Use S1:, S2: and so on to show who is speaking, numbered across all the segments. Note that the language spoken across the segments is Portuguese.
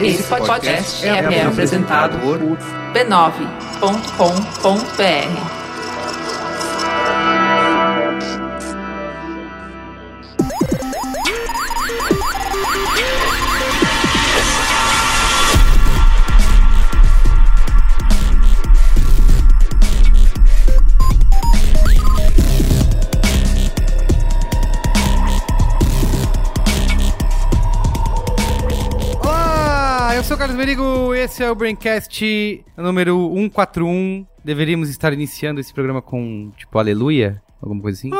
S1: Esse podcast é apresentado por b9.com.br.
S2: Olá, eu sou o Carlos Merigo, esse é o Braincast número 141. Deveríamos estar iniciando esse programa com, tipo, aleluia? Alguma coisa assim?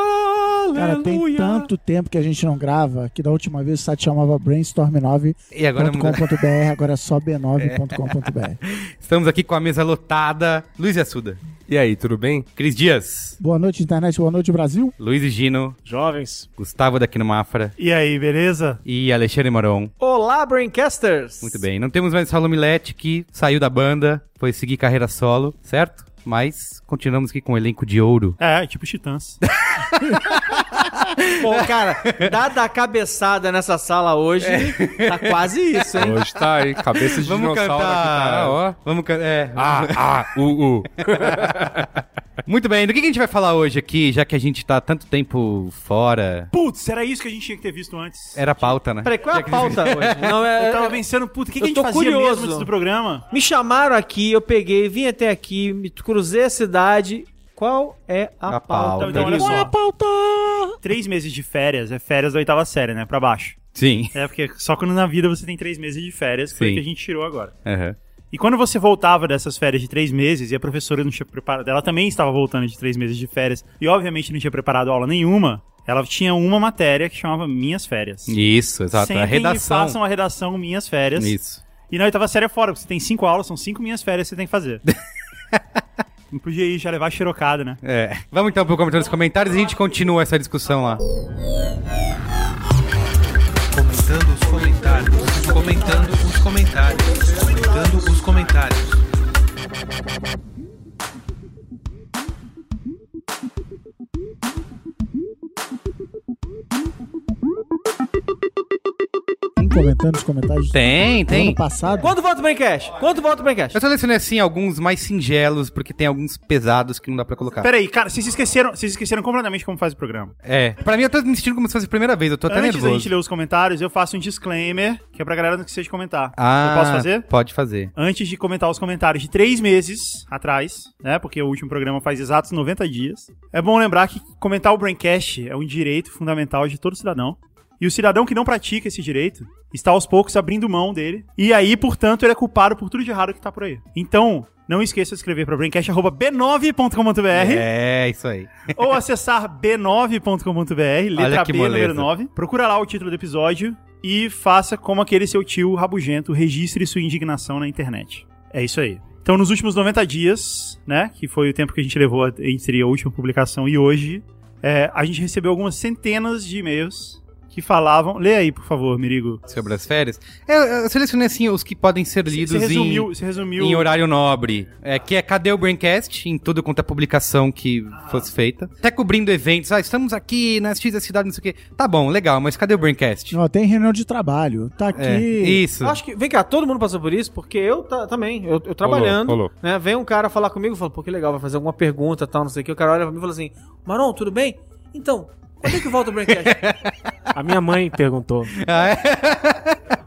S3: Cara, tem tanto tempo que a gente não grava que da última vez o site chamava brainstorm9.com.br,
S2: E agora muda-
S3: agora é só b9.com.br.
S2: estamos aqui com a mesa lotada. Luiz Assuda,
S4: E aí, tudo bem?
S2: Cris Dias,
S3: Boa noite, internet, boa noite, Brasil.
S2: Luiz e Gino,
S5: Jovens.
S2: Gustavo daqui no Mafra
S5: E aí, beleza?
S2: e Alexandre Moron.
S5: Olá, Braincasters!
S2: Muito bem, não temos mais Saulo Milete que saiu da banda, foi seguir carreira solo, certo? Mas continuamos aqui com o elenco de ouro.
S5: É, tipo Titãs.
S6: Pô, cara, dada a cabeçada nessa sala hoje,
S2: É.
S6: tá quase isso, hein?
S4: Hoje tá aí, cabeça de
S2: Vamos
S4: dinossauro aqui,
S2: cantar,
S4: tá,
S2: ó.
S4: ó.
S2: Vamos cantar. É,
S4: Ah, ah, u, u.
S2: Muito bem, do que que a gente vai falar hoje aqui, já que a gente tá tanto tempo fora?
S5: Putz, era isso que a gente tinha que ter visto antes.
S2: Era a pauta, né?
S6: Peraí, qual é a pauta hoje? Não, é,
S5: Eu tava pensando, puta, o que, que
S6: Eu
S5: a gente
S6: tô
S5: fazia
S6: curioso.
S5: mesmo antes do programa?
S6: Me chamaram aqui, eu peguei, vim até aqui, me cruzei a cidade. Qual é a,
S2: A pauta.
S6: pauta?
S5: Então, olha
S2: Qual
S5: só. Três meses de férias, é férias da oitava série, né? Pra baixo.
S2: Sim.
S5: É, porque só quando na vida você tem três meses de férias, que foi
S2: Sim.
S5: o que a gente tirou agora.
S2: Aham.
S5: E quando você voltava dessas férias de três meses e a professora não tinha preparado, ela também estava voltando de três meses de férias e obviamente não tinha preparado aula nenhuma, ela tinha uma matéria que chamava Minhas Férias.
S2: Isso, exato.
S5: Sempre
S2: a redação.
S5: façam a redação Minhas Férias.
S2: Isso.
S5: E na oitava série é fora, porque você tem cinco aulas, são cinco Minhas Férias que você tem que fazer. não podia ir já levar xerocado, né?
S2: É. Vamos então pro comentário dos comentários e a gente continua essa discussão lá.
S7: Comentando os comentários, comentando os comentários, comentando os comentários.
S3: Tem comentando nos comentários do
S2: Tem, tem.
S3: ano passado.
S6: Quanto volta o Braincast? Quanto volta o Braincast?
S2: Eu selecionei assim alguns mais singelos, porque tem alguns pesados que não dá pra colocar.
S5: Peraí, cara, vocês esqueceram, vocês esqueceram completamente como faz o programa.
S2: É. Pra mim eu tô me sentindo como se fosse a primeira vez, eu tô até
S5: Antes da gente
S2: nervoso.
S5: ler os comentários, eu faço um disclaimer, que é pra galera não esquecer de comentar.
S2: Ah,
S5: eu posso fazer?
S2: Pode fazer.
S5: antes de comentar os comentários de três meses atrás, né? Porque o último programa faz exatos 90 dias. É bom lembrar que comentar o Braincast é um direito fundamental de todo cidadão. E o cidadão que não pratica esse direito está aos poucos abrindo mão dele. E aí, portanto, ele é culpado por tudo de errado que tá por aí. Então, não esqueça de escrever para braincast.b9.com.br
S2: É, isso aí.
S5: ou acessar b9.com.br, letra
S2: que
S5: B,
S2: moleza.
S5: número 9. Procura lá o título do episódio e faça como aquele seu tio rabugento, registre sua indignação na internet. É isso aí. Então, nos últimos 90 dias, né, que foi o tempo que a gente levou entre a última publicação e hoje, é, a gente recebeu algumas centenas de e-mails que falavam... Lê aí, por favor, Mirigo.
S2: Sobre as férias. Eu, eu selecionei assim os que podem ser lidos
S5: Você
S2: em...
S5: resumiu... Você resumiu...
S2: Em horário nobre. É, que é cadê o Braincast? Em tudo quanto a publicação que fosse feita. Até cobrindo eventos. Ah, estamos aqui na X da cidade, não sei o quê. Tá bom, legal, mas cadê o Braincast?
S3: Ó, tem reunião de trabalho. Tá aqui.
S2: É, isso.
S6: Eu Acho que, vem cá, todo mundo passou por isso, porque eu ta- também, eu, eu trabalhando,
S4: rolou.
S6: né? Vem um cara falar comigo, fala, pô, que legal, vai fazer alguma pergunta, tal, não sei o que. O cara olha pra mim e fala assim, Maron, tudo bem? Então, quando é que volta o Braincast?
S8: A minha mãe perguntou.
S2: Ah, é?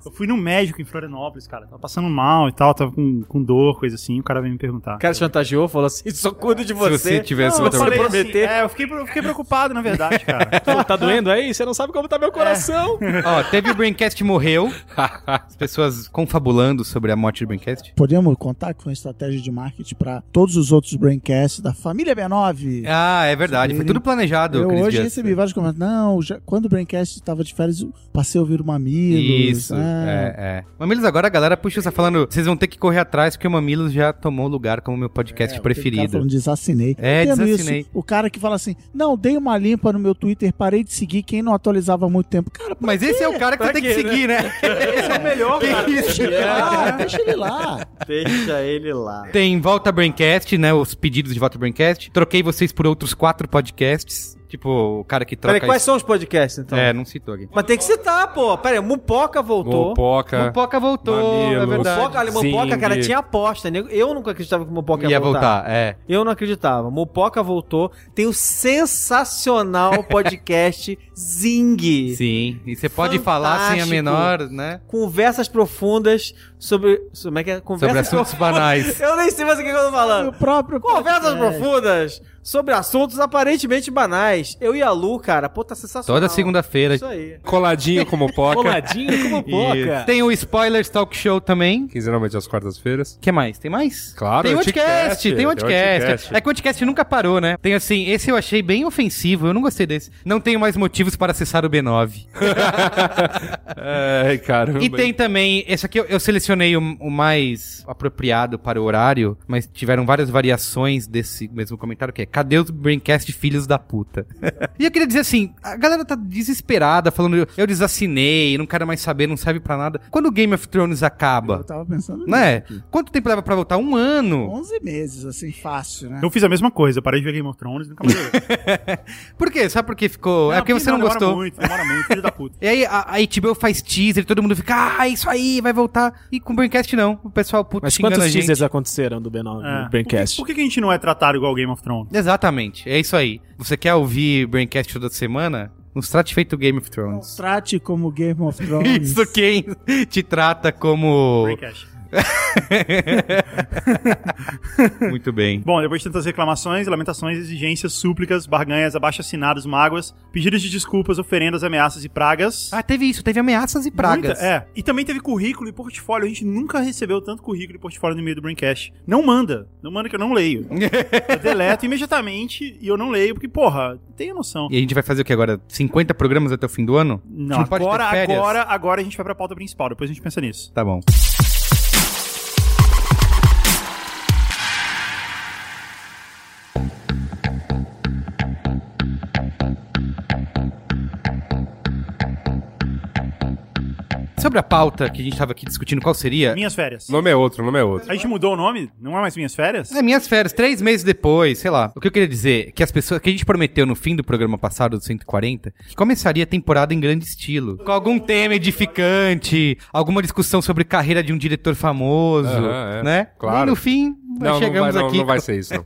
S5: Eu fui no médico em Florianópolis, cara. Tava passando mal e tal, tava com, com dor, coisa assim. O cara veio me perguntar.
S6: o cara chantageou, falou assim, só cuido de
S2: Se
S6: você.
S2: você tivesse
S6: Não,
S2: outra...
S6: eu falei
S5: Assim,
S6: prometer.
S5: é, eu fiquei, eu fiquei preocupado, na verdade, cara.
S8: Pô, tá doendo aí? Você não sabe como
S6: É.
S8: tá meu coração.
S2: Ó, teve o Braincast morreu. As pessoas confabulando sobre a morte do Braincast.
S3: Podemos contar com a estratégia de marketing para todos os outros braincasts da família B9.
S2: Ah, é verdade. Foi tudo planejado,
S3: Eu
S2: Cris
S3: hoje
S2: Dias.
S3: recebi vários comentários. Não, já- quando o Braincast estava de férias, eu passei a ouvir o Mamilos.
S2: Isso,
S3: ah,
S2: é, é. Mamilos, agora a galera puxa você falando, vocês vão ter que correr atrás porque o Mamilos já tomou lugar como meu
S3: É,
S2: podcast
S3: Cara
S2: preferido.
S3: tá falando, desassinei.
S2: É,
S3: Entendo
S2: desassinei.
S3: Isso, o cara que fala assim, não, dei uma limpa no meu Twitter, parei de seguir quem não atualizava há muito tempo. Cara, pra
S2: Mas esse é o cara que
S6: Pra
S2: você tem que
S6: quê,
S2: seguir, né?
S6: Esse é o melhor,
S2: Que
S6: cara.
S2: isso,
S3: ele lá,
S2: É.
S3: deixa ele lá.
S6: Deixa ele lá.
S2: Tem Volta Braincast, né? Os pedidos de Volta Braincast. Troquei vocês por outros quatro podcasts. Tipo, o cara que troca.
S6: Peraí, é quais são os podcasts, então?
S2: É, não citou aqui.
S6: Mas tem que citar, pô. Pera aí, Mupoca voltou.
S4: Mopoca.
S2: Mupoca voltou,
S4: Mamilo.
S2: é verdade.
S6: Mupoca, olha, Mupoca,
S4: Zing.
S6: cara, tinha aposta. nego. Eu nunca acreditava que o Mupoca ia,
S2: Ia
S6: voltar.
S2: voltar, é.
S6: Eu não acreditava. Mupoca voltou. Tem o sensacional podcast Zing.
S2: Sim. E você pode falar sem a
S6: Fantástico.
S2: menor, né?
S6: Conversas profundas sobre. Como é que é?
S2: Sobre
S6: Conversas
S2: assuntos banais.
S6: Eu nem sei mais o que eu tô falando.
S3: O próprio. É.
S6: Conversas
S3: podcast.
S6: profundas sobre assuntos aparentemente banais. Eu e a Lu, cara, pô, tá sensacional.
S2: Toda segunda-feira.
S6: Isso aí.
S4: Coladinho com mopoca.
S8: Coladinho como
S2: Isso.
S8: boca.
S2: Tem o Spoilers Talk Show também.
S4: Quinzenalmente às é quartas-feiras.
S2: que mais? Tem mais?
S4: Claro,
S2: tem
S4: é
S2: o
S4: o
S2: podcast,
S4: Anticast,
S2: tem o
S4: é o
S2: podcast.
S4: Anticast.
S2: É que o podcast nunca parou, né? Tem assim, esse eu achei bem ofensivo, eu não gostei desse. Não tenho mais motivos para acessar o B9.
S4: Ai, caramba.
S2: E tem também, esse aqui eu, eu selecionei o, o mais apropriado para o horário, mas tiveram várias variações desse mesmo comentário, que é Cadê os Braincast Filhos da Puta? e eu queria dizer assim, a galera tá desesperada, falando eu desassinei, não quero mais saber, não serve pra nada. Quando o Game of Thrones
S3: Eu
S2: acaba,
S3: tava pensando.
S2: né? Quanto tempo leva pra voltar? Um ano.
S3: 11 meses, assim, fácil, né?
S5: Eu fiz a mesma coisa, parei de ver Game of Thrones, nunca mais joguei.
S2: Por quê? Sabe por que ficou? é porque você não,
S5: demora
S2: gostou.
S5: muito, demora muito, filho da puta.
S2: E aí a, a HBO faz teaser, todo mundo fica, ah, isso aí, vai voltar. E com o Braincast não. O pessoal puto
S8: Mas
S2: xingando a
S8: quantos
S2: gente. Ah.
S8: teasers aconteceram do B9
S5: É.
S8: no Braincast?
S5: Por que, por que a gente não é tratado igual Game of Thrones?
S2: Exatamente, é isso aí. Você quer ouvir Braincast toda semana? Nos trate feito Game of
S3: Não
S2: Thrones.
S3: trate como Game of Thrones.
S2: Isso quem te trata como.
S5: Braincast.
S2: Muito bem.
S5: Bom, depois de tantas reclamações, lamentações, exigências, súplicas, barganhas, abaixo-assinados, mágoas, pedidos de desculpas, oferendas, ameaças e pragas.
S2: Ah, teve isso, teve ameaças e pragas.
S5: Muita- é. E também teve currículo e portfólio. A gente nunca recebeu tanto currículo e portfólio no meio do Braincast. Não manda. Não manda que eu não leio. eu deleto imediatamente e eu não leio, porque, porra, tem noção.
S2: E a gente vai fazer o que agora? 50 programas até o fim do ano?
S5: Não,
S2: não Tipo, pode ter
S5: agora,
S2: férias?
S5: agora, agora a gente vai pra pauta principal, depois a gente pensa nisso.
S2: Tá bom. Sobre a pauta que a gente tava aqui discutindo, qual seria?
S5: Minhas férias.
S4: O nome é outro, o nome é outro.
S5: A gente mudou o nome? Não é mais Minhas Férias?
S2: É, minhas férias, três meses depois, sei lá. O que eu queria dizer é que as pessoas. que a gente prometeu no fim do programa passado, do 140, que começaria a temporada em grande estilo. Com algum tema edificante, alguma discussão sobre carreira de um diretor famoso,
S4: Aham, é.
S2: né?
S4: Claro.
S2: E no fim,
S4: Não, não vai,
S2: chegamos
S4: não,
S2: aqui.
S4: não vai ser isso. não.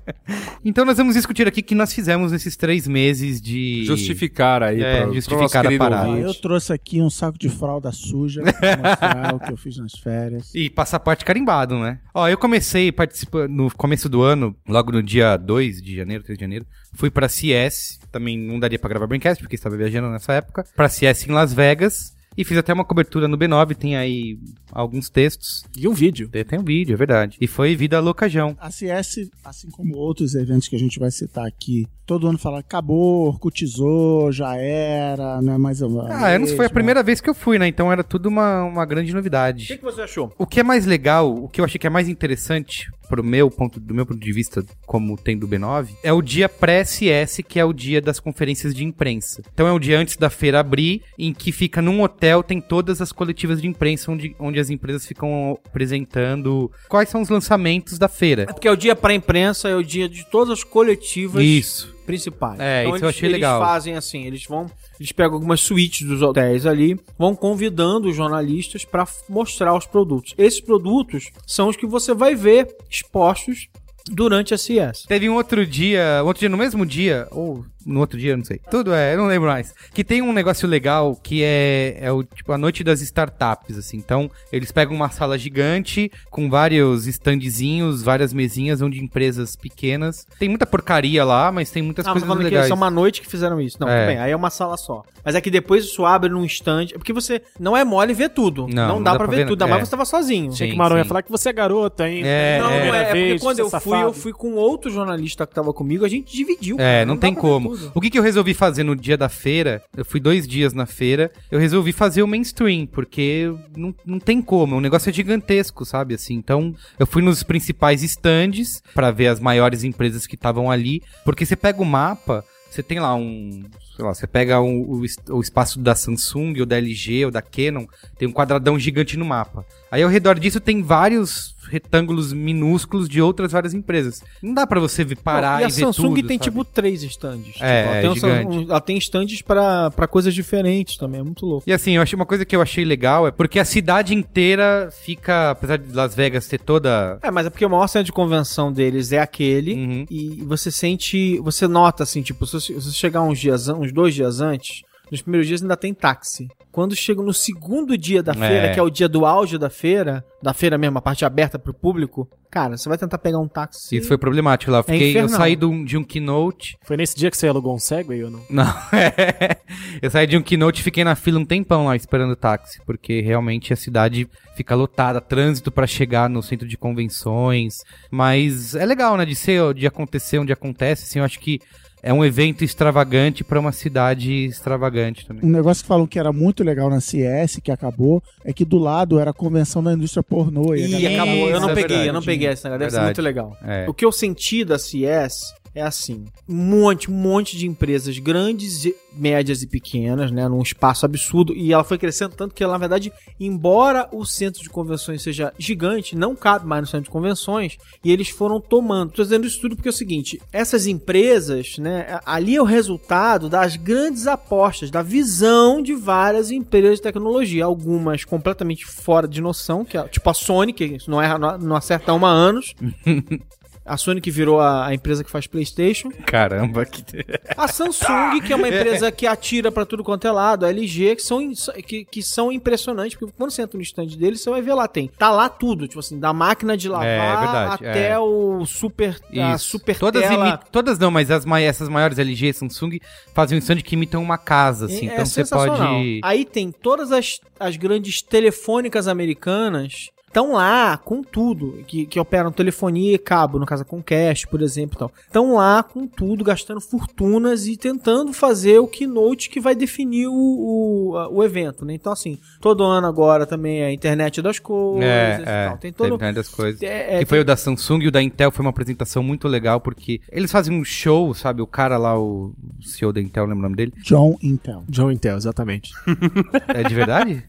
S2: Então nós vamos discutir aqui o que nós fizemos nesses três meses de.
S4: Justificar aí
S2: É,
S4: pra- pro
S2: justificar
S4: nosso
S2: a
S4: querido
S2: parada.
S4: ouvinte.
S3: Ah, eu trouxe aqui um saco de fralda suja pra mostrar o que eu fiz nas férias.
S2: E passaporte carimbado, né? Ó, eu comecei participando no começo do ano, logo no dia 2 de janeiro, 3 de janeiro, fui pra CS, também não daria pra gravar Braincast, porque estava viajando nessa época, pra CS em Las Vegas, e fiz até uma cobertura no B9, tem aí alguns textos.
S8: E um vídeo.
S2: Tem- Tem um vídeo, é verdade. E foi vida loucajão.
S3: A CS, assim como outros eventos que a gente vai citar aqui, todo ano fala acabou, cutizou, já era, não é mais.
S2: Ah, eu não foi a primeira vez que eu fui, né? Então era tudo uma, uma grande novidade.
S6: O que, que você achou?
S2: O que é mais legal, o que eu achei que é mais interessante pro meu ponto, do meu ponto de vista, como tem do B9, é o dia pré-CS, que é o dia das conferências de imprensa. Então é o dia antes da feira abrir, em que fica num hotel, tem todas as coletivas de imprensa, onde, onde as empresas ficam apresentando quais são os lançamentos da feira.
S6: É porque é o dia pra imprensa, é o dia de todas as coletivas
S2: Isso.
S6: principais. Então,
S2: É, isso eu
S6: eles-
S2: achei legal.
S6: Eles fazem assim, eles vão, eles pegam algumas suítes dos hotéis ali, vão convidando os jornalistas pra f- mostrar os produtos. Esses produtos são os que você vai ver expostos durante a CS.
S2: Teve um outro dia, outro dia no mesmo dia, ou no outro dia, não sei. Tudo é, eu não lembro mais. Que tem um negócio legal que é, é o tipo a noite das startups, assim. Então, eles pegam uma sala gigante com vários standzinhos, várias mesinhas onde empresas pequenas. Tem muita porcaria lá, mas tem muitas
S6: Ah, mas
S2: coisas
S6: falando que eles
S2: legais.
S6: são uma noite que fizeram isso. Não,
S2: É.
S6: tudo bem, aí é uma sala só. Mas é que depois isso abre num stand. Porque você não é mole ver tudo.
S2: Não,
S6: Não, dá, pra ver, tudo, ainda
S2: é.
S6: mais você tava sozinho.
S2: Sim,
S8: que Maron ia
S2: sim.
S8: falar que você é garoto, hein?
S2: É,
S6: não,
S2: é.
S6: é, é porque
S8: Vez,
S6: quando
S8: seu
S6: eu fui,
S8: safado.
S6: eu fui com outro jornalista que tava comigo, a gente dividiu.
S2: É,
S6: cara,
S2: não,
S6: dá
S2: tem
S6: pra ver
S2: como.
S6: tudo.
S2: O que, que eu resolvi fazer no dia da feira? Eu fui dois dias na feira. Eu resolvi fazer o mainstream, porque não, não tem como. O negócio é gigantesco, sabe? Assim, então, eu fui nos principais stands pra ver as maiores empresas que estavam ali. Porque você pega o mapa. Você tem lá um. Sei lá, você pega um- o, es- o espaço da Samsung, ou da LG, ou da Canon, tem um quadradão gigante no mapa. Aí ao redor disso tem vários retângulos minúsculos de outras várias empresas. Não dá pra você ver- parar
S6: e
S2: e,
S6: a
S2: ver
S6: Samsung
S2: tudo,
S6: tem
S2: sabe?
S6: tipo três stands.
S2: É,
S6: tipo, ela
S2: é
S6: tem um-
S2: gigante.
S6: ela tem stands pra, pra coisas diferentes também, é muito louco.
S2: E assim, eu achei uma coisa que eu achei legal é porque a cidade inteira fica, apesar de Las Vegas ter toda.
S6: É, mas é porque o maior centro de convenção deles é aquele.
S2: Uhum.
S6: E você sente. Você nota assim, tipo, se você se você chegar uns dias, an- uns dois dias antes, nos primeiros dias ainda tem táxi. Quando chega no segundo dia da feira,
S2: É.
S6: que é o dia do auge da feira, da feira mesmo, a parte aberta pro público, cara, você vai tentar pegar um táxi.
S2: Isso foi problemático lá. Eu, fiquei- eu
S6: infernal.
S2: saí de um, de um keynote.
S8: É Foi nesse dia que você alugou um Segway ou não?
S2: Não, é. Eu saí de um keynote e fiquei na fila um tempão lá esperando o táxi, porque realmente a cidade fica lotada, trânsito pra chegar no centro de convenções. Mas é legal, né? De ser, de acontecer onde acontece, assim, eu acho que é um evento extravagante pra uma cidade extravagante também.
S3: Um negócio que falam que era muito legal na CS, que acabou, é que do lado era a convenção da indústria pornô. a
S6: E
S3: galera-
S6: acabou. Eu
S2: Isso,
S6: não
S2: é
S6: peguei, eu
S2: verdade.
S6: não peguei essa, deve ser
S2: Verdade.
S6: muito legal.
S2: É.
S6: O que eu senti da CS é assim, um monte, um monte de empresas grandes, e- médias e pequenas, né, num espaço absurdo, e ela foi crescendo tanto que, ela, na verdade, embora o centro de convenções seja gigante, não cabe mais no centro de convenções, e eles foram tomando. Tô dizendo isso tudo porque é o seguinte, essas empresas, né, a- ali é o resultado das grandes apostas, da visão de várias empresas de tecnologia, algumas completamente fora de noção, que é, tipo a Sony, que não, erra, não- não acerta uma há anos, a Sony que virou a, a empresa que faz PlayStation.
S2: Caramba, que.
S6: A Samsung, que é uma
S2: Tá.
S6: empresa que atira pra tudo quanto é lado. A LG, que são, in- que, que são impressionantes. Porque quando você entra no stand deles, você vai ver lá, tem. Tá lá tudo. Tipo assim, da máquina de lavar
S2: É, verdade,
S6: até
S2: é.
S6: o super, a
S2: Isso.
S6: super
S2: todas
S6: tela.
S2: imi- todas não, mas as mai- essas maiores LG e Samsung fazem um stand que imitam uma casa, assim.
S6: É
S2: então você
S6: sensacional. Ah,
S2: pode.
S6: Aí tem todas as, as grandes telefônicas americanas estão lá com tudo, que, que operam telefonia e cabo, no caso a Comcast, por exemplo, e tal. Estão lá com tudo, gastando fortunas e tentando fazer o keynote que vai definir o, o, a- o evento, né? Então, assim, todo ano agora também é a internet das coisas e
S2: É, é,
S6: tal. Tem todo...
S2: das coisas.
S6: É, é,
S2: que foi o da Samsung e o da Intel, foi uma apresentação muito legal, porque eles fazem um show, sabe? O cara lá, o CEO da Intel, lembra o nome dele?
S3: John Intel.
S8: John Intel, exatamente.
S2: É de verdade?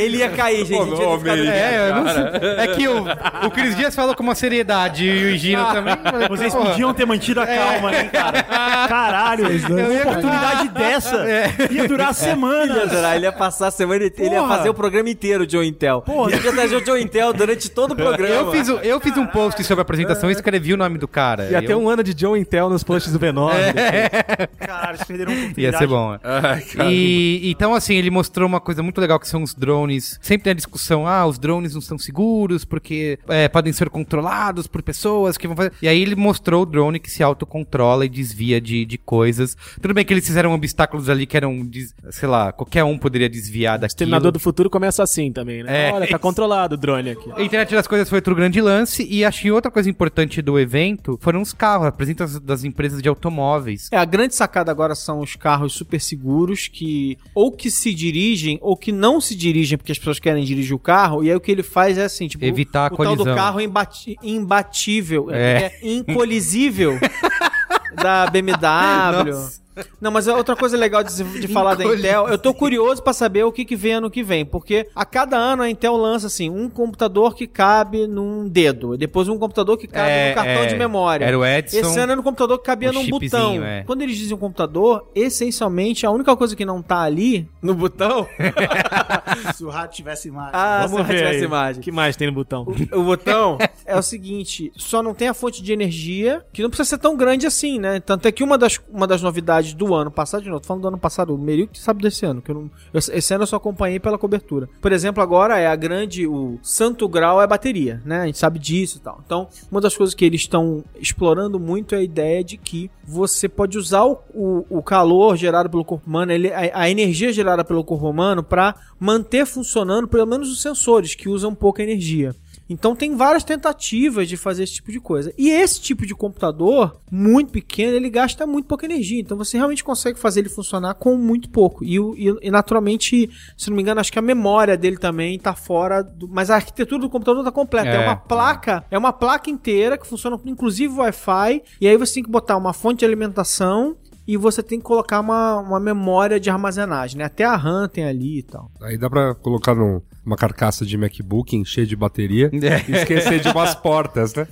S6: Ele ia cair, gente. ele ia ficar-
S2: é, eu não sei. É que o, o Cris Dias falou com uma seriedade e o Gino também. mas,
S5: Vocês
S2: porra.
S5: podiam ter mantido a calma, né, cara? Caralho,
S3: dois-
S5: uma oportunidade dessa ia durar semanas.
S6: Adorar, Ele ia passar a semana inteira, ele ia
S5: Porra.
S6: fazer o programa inteiro, John Intel. Porra. Ele ia trazer o John Intel durante todo o programa.
S2: Eu fiz, um- eu fiz um post sobre a apresentação e escrevi o nome do cara.
S8: E até
S2: Eu-
S8: um ano de John Intel nos posts do B9.
S5: Caralho, vocês perderam uma
S2: Ia
S5: oportunidade.
S2: ser bom, é. E então, assim, ele mostrou uma coisa muito legal que são os drones. Sempre tem a discussão: ah, os drones não são seguros porque é, podem ser controlados por pessoas que vão fazer. E aí ele mostrou o drone que se autocontrola e desvia de, de coisas. Tudo bem que eles fizeram obstáculos ali que eram, des- sei lá, qualquer um poderia desviar
S8: O Exterminador
S2: daquilo.
S8: do Futuro começa assim também, né?
S2: É.
S8: Olha, tá controlado o drone aqui.
S2: A internet das coisas foi outro grande lance, e acho que outra coisa importante do evento foram os carros, a apresentação das empresas de automóveis.
S6: É, a grande sacada agora são os carros super seguros que ou que se dirigem ou que não se dirigem porque as pessoas querem dirigir o carro. E aí o que ele faz é assim, tipo,
S2: Evitar a
S6: o tal do
S2: colisão.
S6: carro imbati- imbatível, é,
S2: É.
S6: incolisível da BMW. Não, mas é outra coisa legal de, se- de falar da Intel, eu tô curioso pra saber o que, que vem ano que vem, porque a cada ano a Intel lança assim, um computador que cabe num dedo, depois um computador que cabe
S2: É,
S6: num cartão
S2: é.
S6: de memória.
S2: Era o Edson.
S6: Esse ano era no computador que cabia
S2: Um
S6: num
S2: chipzinho,
S6: botão.
S2: é.
S6: Quando eles dizem computador, essencialmente a única coisa que não tá ali no botão.
S3: Se o rato tivesse mais.
S6: Ah, se eu
S8: Vamos ver
S6: tivesse
S8: aí. O
S6: imagem.
S8: que mais tem no botão?
S6: O, o botão é o seguinte: só não tem a fonte de energia, que não precisa ser tão grande assim, né? Tanto é que uma das, uma das novidades do ano passado, de novo, tô falando do ano passado, o Merico que sabe desse ano, que eu não. eu- esse ano eu só acompanhei pela cobertura. Por exemplo, agora é a grande. O santo grau é a bateria, né? A gente sabe disso e tal. Então, uma das coisas que eles estão explorando muito é a ideia de que você pode usar o, o, o calor gerado pelo corpo humano, ele, a, a energia gerada pelo corpo humano, para manter funcionando pelo menos os sensores que usam pouca energia. Então tem várias tentativas de fazer esse tipo de coisa. E esse tipo de computador, muito pequeno, ele gasta muito pouca energia. Então você realmente consegue fazer ele funcionar com muito pouco. E, o- e- e, naturalmente, se não me engano, acho que a memória dele também tá fora. do- mas a arquitetura do computador tá completa. É,
S2: É.
S6: uma placa, é uma placa inteira que funciona com inclusive Wi-Fi. E aí você tem que botar uma fonte de alimentação. E você tem que colocar uma, uma memória de armazenagem, né? Até a RAM tem ali e tal.
S4: Aí dá pra colocar num- numa carcaça de MacBook, encher de bateria
S2: É.
S4: e esquecer de umas portas, né?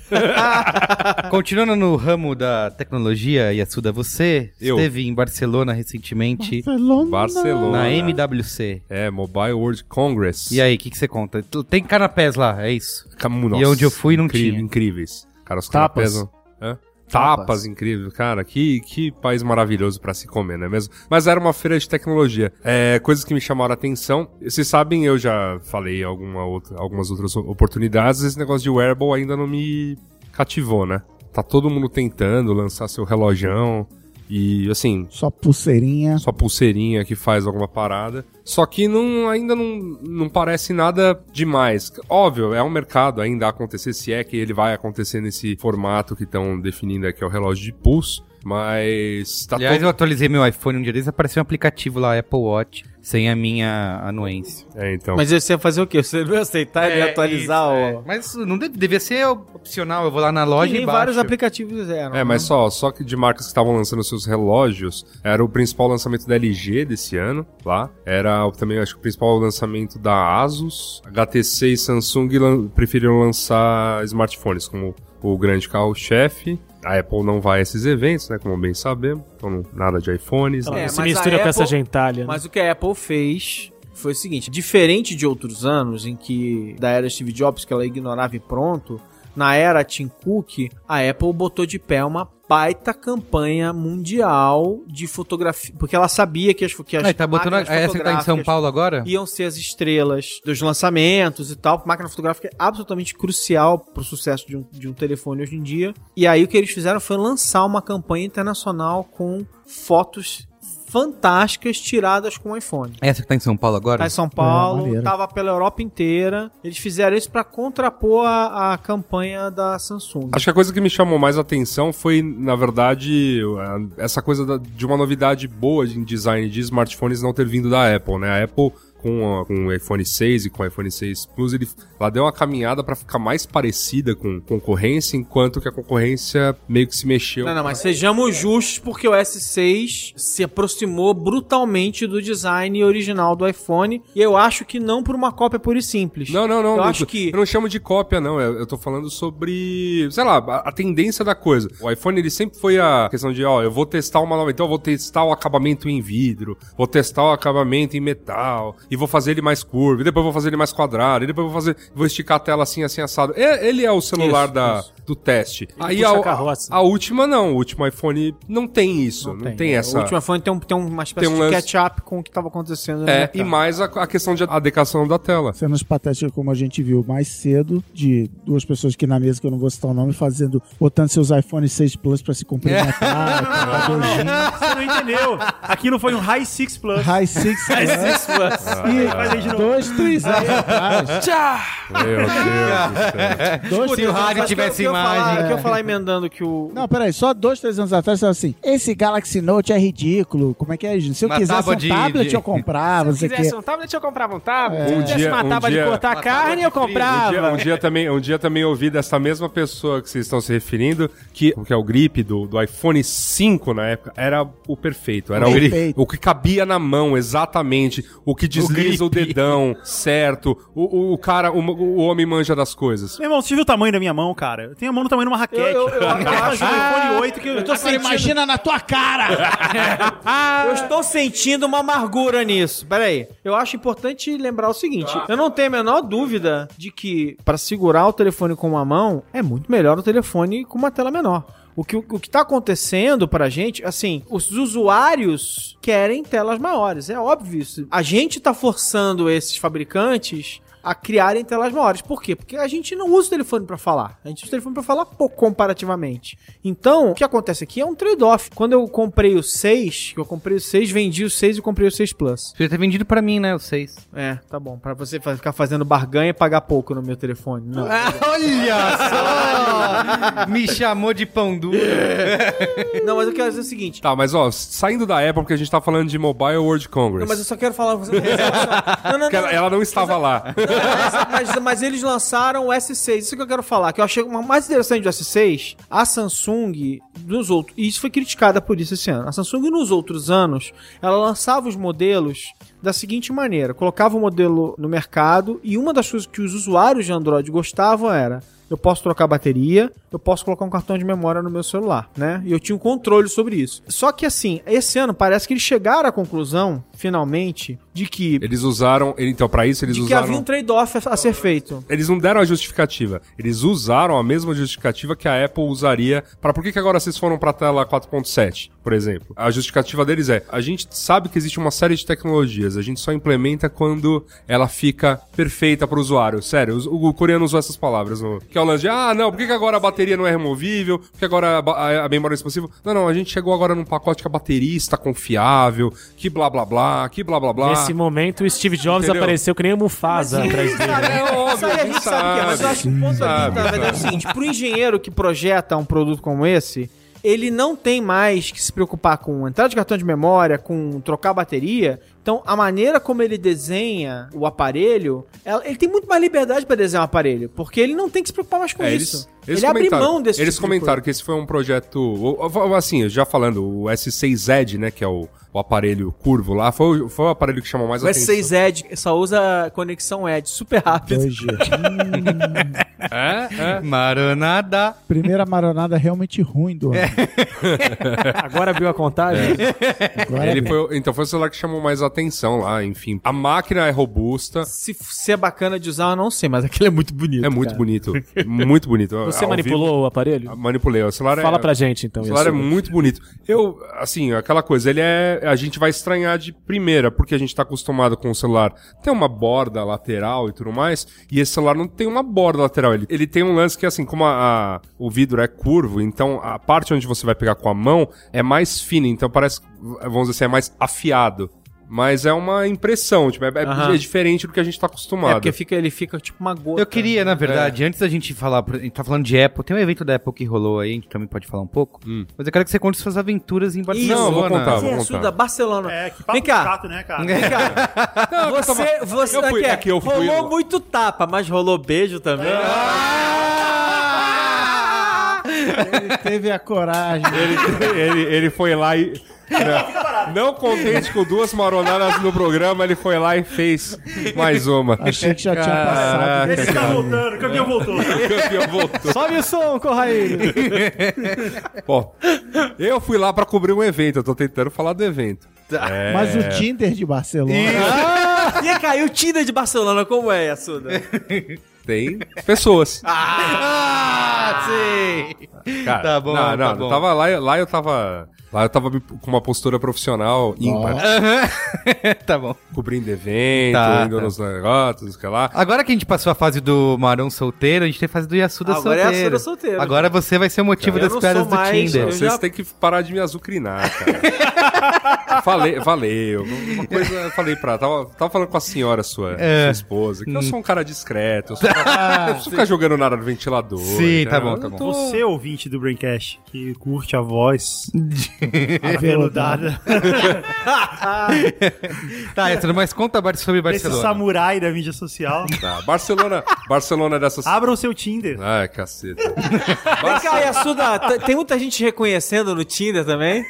S6: Ah.
S2: Continuando no ramo da tecnologia, Yasuda, você
S4: Eu.
S2: esteve em Barcelona recentemente
S3: Barcelona.
S4: Barcelona.
S2: na MWC.
S4: É, Mobile World Congress.
S2: E aí, o que, que você conta? Tu- Tem canapés lá, é isso?
S4: Cam-
S2: E onde eu fui, não tinha.
S4: Incríveis. Cara, os
S8: Tapas.
S4: canapés, não- Hã?
S8: Tapas.
S4: Tapas, incríveis. Cara, que, que país maravilhoso pra se comer, não é mesmo? Mas era uma feira de tecnologia. É, coisas que me chamaram a atenção. Vocês sabem, eu já falei alguma outra, algumas outras oportunidades. Esse negócio de wearable ainda não me cativou, né? Tá todo mundo tentando lançar seu relojão. E, assim,
S3: Só pulseirinha.
S4: sua pulseirinha que faz alguma parada. Só que não, ainda não, não parece nada demais. Óbvio, é um mercado ainda a acontecer, se é que ele vai acontecer nesse formato que estão definindo aqui, é o relógio de pulso. Mas tá
S2: Aliás,
S4: todo-
S2: eu atualizei meu iPhone um dia desses, apareceu um aplicativo lá, Apple Watch, sem a minha anuência.
S4: É, então.
S6: Mas você ia fazer o quê? Você não ia aceitar e atualizar o.
S2: Mas É, isso não deve- devia ser opcional, eu vou lá na
S6: E
S2: loja e
S6: nem
S2: baixo.
S6: vários aplicativos né? eram.
S4: É, mas só, só que de marcas que estavam lançando seus relógios, era o principal lançamento da LG desse ano, lá. Era o- também, acho que o principal lançamento da Asus. HTC e Samsung lan- preferiram lançar smartphones como o grande carro-chefe. A Apple não vai a esses eventos, né? Como bem sabemos. Então, não- nada de iPhones.
S8: Ela
S4: né?
S6: É,
S8: não se
S6: mas
S8: mistura
S6: a
S8: com essa
S6: Apple-
S8: gentalha. né?
S6: Mas o que a Apple fez foi o seguinte: diferente de outros anos, em que da era Steve Jobs, que ela ignorava e pronto, na era Tim Cook, a Apple botou de pé uma baita campanha mundial de fotografia. Porque ela sabia que as, fo- que as
S2: Ah, e tá botando a,
S6: máquinas
S2: essa que tá em São
S6: fotográficas-
S2: Paulo agora?
S6: iam ser as estrelas dos lançamentos e tal. Máquina fotográfica é absolutamente crucial pro sucesso de um, de um telefone hoje em dia. E aí o que eles fizeram foi lançar uma campanha internacional com fotos fantásticas tiradas com o iPhone.
S2: Essa que tá em São Paulo agora?
S6: Tá em São Paulo,
S3: maneiro.
S6: tava pela Europa inteira. Eles fizeram isso pra contrapor a, a campanha da Samsung.
S4: Acho que a coisa que me chamou mais a atenção foi, na verdade, a- essa coisa da- de uma novidade boa em design de smartphones não ter vindo da Apple, né? A Apple com, a- com o iPhone 6 e com o iPhone 6 Plus, ele, ela deu uma caminhada pra ficar mais parecida com concorrência, enquanto que a concorrência meio que se mexeu.
S6: Não, não, mas sejamos justos porque o S6 se aproximou brutalmente do design original do iPhone e eu acho que não por uma cópia pura e simples.
S4: Não, não, não.
S6: Eu
S4: não,
S6: acho que-
S4: Eu não chamo de cópia, não. Eu, eu tô falando sobre, sei lá, a, a tendência da coisa. O iPhone, ele sempre foi a questão de, ó, eu vou testar uma nova... Então eu vou testar o acabamento em vidro, vou testar o acabamento em metal, e vou fazer ele mais curvo, e depois vou fazer ele mais quadrado, e depois vou fazer... Vou esticar a tela assim, assim, assado. É- ele é o celular
S6: Isso,
S4: da... Do teste. Aí
S8: puxa
S4: a,
S8: a carroça.
S4: a, última não, o último iPhone não tem isso, não, tem, essa.
S6: O último iPhone tem, um, tem uma espécie
S4: Tem um lance-
S6: de catch-up com o que estava acontecendo. no
S4: É,
S6: mercado.
S4: e mais a, a questão de adequação da tela.
S3: Cenas patéticas como a gente viu mais cedo, de duas pessoas aqui na mesa que eu não vou citar o nome, fazendo, botando seus iPhones 6 Plus pra se cumprimentar. pra dar beijinho.
S5: Você não entendeu. Aquilo foi um High Six Plus.
S3: High Six Plus.
S5: Faz aí de
S3: E
S5: novo.
S3: dois, três anos atrás,
S4: Meu Deus do céu.
S5: Tipo
S3: dois,
S2: Se o rádio
S6: Mas que eu-
S2: tivesse
S6: que eu ia falar-
S2: imagem.
S6: que eu ia falar emendando que o...
S3: Não, peraí, só dois, três anos atrás você assim: esse Galaxy Note é ridículo. Como é que é, gente? Se eu
S2: Uma
S3: quisesse
S2: tábua
S3: um
S2: de-
S3: tablet,
S2: de-
S3: eu comprava,
S6: é
S3: você quer.
S8: um tablet, eu comprava um tablet.
S4: Um dia- um dia-
S8: cortar
S2: Uma tábua de frios, um
S4: Um
S6: Ah,
S4: dia, um dia também, um dia também ouvi dessa mesma pessoa que vocês estão se referindo, que, que é o grip do, do iPhone 5 na época, era o perfeito. Era o,
S3: Perfeito.
S4: o que cabia na mão, exatamente. O que desliza o, dedão, certo. O, o, o cara, o, o homem manja das coisas.
S5: Meu irmão, você viu o tamanho da minha mão, cara? Eu tenho a mão no tamanho de uma raquete.
S6: Eu- eu- eu- eu
S5: acho um iPhone 8 que eu tô
S3: Agora imagina na tua cara!
S6: Eu estou sentindo uma amargura nisso. Pera aí. Eu acho importante lembrar o seguinte.
S5: Tá.
S6: Eu não tenho a menor dúvida de que para segurar o telefone com uma mão é muito melhor o telefone com uma tela menor. O que, o que tá acontecendo pra gente, assim, os usuários querem telas maiores. É óbvio isso. A gente tá forçando esses fabricantes a criarem telas maiores. Por quê? Porque a gente não usa o telefone pra falar. A gente usa o telefone pra falar pouco comparativamente. Então, o que acontece aqui é um trade-off. Quando eu comprei o 6, eu comprei o 6, vendi o 6 e comprei o 6 Plus.
S2: Podia ter vendido pra mim, né? O 6.
S6: É, tá bom. Pra você fa- ficar fazendo barganha e pagar pouco no meu telefone. Não.
S2: Olha só! Me chamou de pão duro.
S6: não, mas eu quero dizer o seguinte.
S4: Tá, mas ó, saindo da Apple, porque a gente tá falando de Mobile World Congress.
S6: Não, mas eu só quero falar. Não, não, não,
S4: Que ela, ela não estava lá.
S6: mas, mas- mas eles lançaram o S6. Isso que eu quero falar, que eu achei uma mais interessante do S6, a Samsung nos outros, e isso foi criticada por isso esse ano. A Samsung nos outros anos, ela lançava os modelos da seguinte maneira, colocava o modelo no mercado e uma das coisas que os usuários de Android gostavam era eu posso trocar a bateria, eu posso colocar um cartão de memória no meu celular, né? E eu tinha um controle sobre isso. Só que assim, esse ano parece que eles chegaram à conclusão, finalmente, de que
S4: Eles usaram. Então, pra isso, eles
S6: de que
S4: usaram.
S6: havia um trade-off a- a ser feito.
S4: Eles não deram a justificativa. Eles usaram a mesma justificativa que a Apple usaria para por que, que agora vocês foram para a tela 4.7, por exemplo. A justificativa deles é: a gente sabe que existe uma série de tecnologias, a gente só implementa quando ela fica perfeita para o usuário. Sério, os- o, coreano usou essas palavras no que é o lance de, ah, não, por que, que agora a bateria não é removível? Por que agora a, ba- a, a memória é expansível? Não, não, a gente chegou agora num pacote que a bateria está confiável, que blá blá blá, que blá blá blá.
S8: Nesse momento, o Steve Jobs
S4: Entendeu?
S8: apareceu que nem o Mufasa atrás dele.
S4: Cara, é óbvio,
S6: Isso aí a gente sabe o que é, mas eu acho que o ponto aqui, na verdade, é o seguinte: pro engenheiro que projeta um produto como esse, ele não tem mais que se preocupar com entrada de cartão de memória, com trocar bateria. Então, a maneira como ele desenha o aparelho, ela- ele tem muito mais liberdade para desenhar o aparelho, porque ele não tem que se preocupar mais com
S4: É,
S6: isso.
S4: eles
S6: ele abre
S4: comentaram-
S6: mão desse
S4: Eles
S6: tipo de
S4: comentaram que esse foi um projeto. o- o- Assim, já falando, o S6 Edge, né? Que é o, o aparelho curvo lá, foi, o- foi o aparelho que chamou mais
S6: coisa. O
S4: atenção.
S6: S6 Edge só usa conexão Edge super rápido.
S3: 2G.
S4: É, é.
S2: Maranada.
S3: Primeira maronada realmente ruim do ano.
S4: É.
S8: Agora abriu a contagem.
S3: Agora
S4: Ele foi, o- então foi o celular que chamou mais atenção lá, enfim. A máquina é robusta,
S6: Se, se é bacana de usar, eu não sei, mas aquele é muito bonito.
S4: é muito bonito. Muito bonito.
S8: Você
S4: Ao
S8: manipulou o aparelho?
S4: vivo, manipulei. O celular
S8: Fala
S4: é,
S8: pra gente, então.
S4: O celular é
S8: Yasuda.
S4: muito bonito. Eu, assim, aquela coisa, ele é. A gente vai estranhar de primeira, porque a gente tá acostumado com o celular ter uma borda lateral e tudo mais, e esse celular não tem uma borda lateral. Ele, ele tem um lance que, assim, como a- a- o vidro é curvo, então a parte onde você vai pegar com a mão é mais fina, então parece, vamos dizer assim, é mais afiado. Mas é uma impressão, tipo, é, é-
S6: Aham.
S4: é diferente do que a gente tá acostumado.
S6: É porque fica, ele fica tipo uma gota.
S2: Eu queria, na
S6: É.
S2: verdade, antes da gente falar, por- a gente tá falando de Apple, tem um evento da Apple que rolou aí, a gente também pode falar um pouco.
S6: Hum.
S2: Mas eu quero que você conte suas aventuras em Barcelona.
S4: Não, eu vou contar, vou
S6: Jesus,
S4: contar.
S6: da Barcelona.
S5: É, que papo
S6: Vem cá.
S5: chato, né, cara?
S6: Vem cá. você, você
S4: eu fui-
S6: aqui,
S4: é que eu fui- Ah.
S6: rolou muito tapa, mas rolou beijo também.
S3: ele teve a coragem.
S4: Ele, ele, ele foi lá e. Não, não contente com duas maronadas no programa, ele foi lá e fez mais uma.
S3: Achei que já tinha passado.
S5: Ele
S4: Caraca,
S5: tá
S4: cara.
S5: voltando, o campeão voltou.
S4: O campeão voltou.
S8: Sobe o som, Corraine!
S4: Bom, eu fui lá pra cobrir um evento, eu tô tentando falar do evento. É.
S3: Mas o Tinder de Barcelona.
S6: E caiu o Tinder de Barcelona, como é, Assuda?
S4: Tem pessoas.
S2: Ah, sim!
S4: Cara,
S2: tá bom,
S4: não, não,
S2: tá
S4: eu
S2: bom.
S4: tava lá, lá eu tava. Lá eu tava me- com uma postura profissional ímpar,
S2: tá bom.
S4: cobrindo evento,
S2: Tá,
S4: indo
S2: tá.
S4: nos negócios, sei lá.
S2: Agora que a gente passou a fase do Marão solteiro, a gente tem a fase do Yasuda
S6: Agora é
S2: solteiro.
S6: Yasuda solteiro.
S2: Agora você vai ser o motivo
S6: Eu
S2: das
S6: não
S2: piadas
S6: sou
S2: do
S6: mais-
S2: Tinder.
S6: eu
S4: Vocês
S6: já-
S4: têm que parar de me azucrinar, cara. falei, valeu. Uma coisa eu falei pra. Tava, tava falando com a senhora, sua, sua esposa, que eu sou um cara discreto. Eu, sou um cara- eu não preciso ficar jogando nada no ventilador.
S2: Sim, tá bom, tá
S4: Eu
S2: bom.
S4: tô-
S5: Você, ouvinte do Braincast, que curte a voz aveludada,
S3: Aveludada.
S2: Tá, Yasuda, mas conta mais sobre
S5: esse
S2: Barcelona.
S5: samurai da mídia social,
S4: Tá, Barcelona, Barcelona dessas.
S5: abra o seu Tinder.
S4: Ai, caceta.
S6: Vem cá, Yasuda, t- tem muita gente reconhecendo no Tinder também?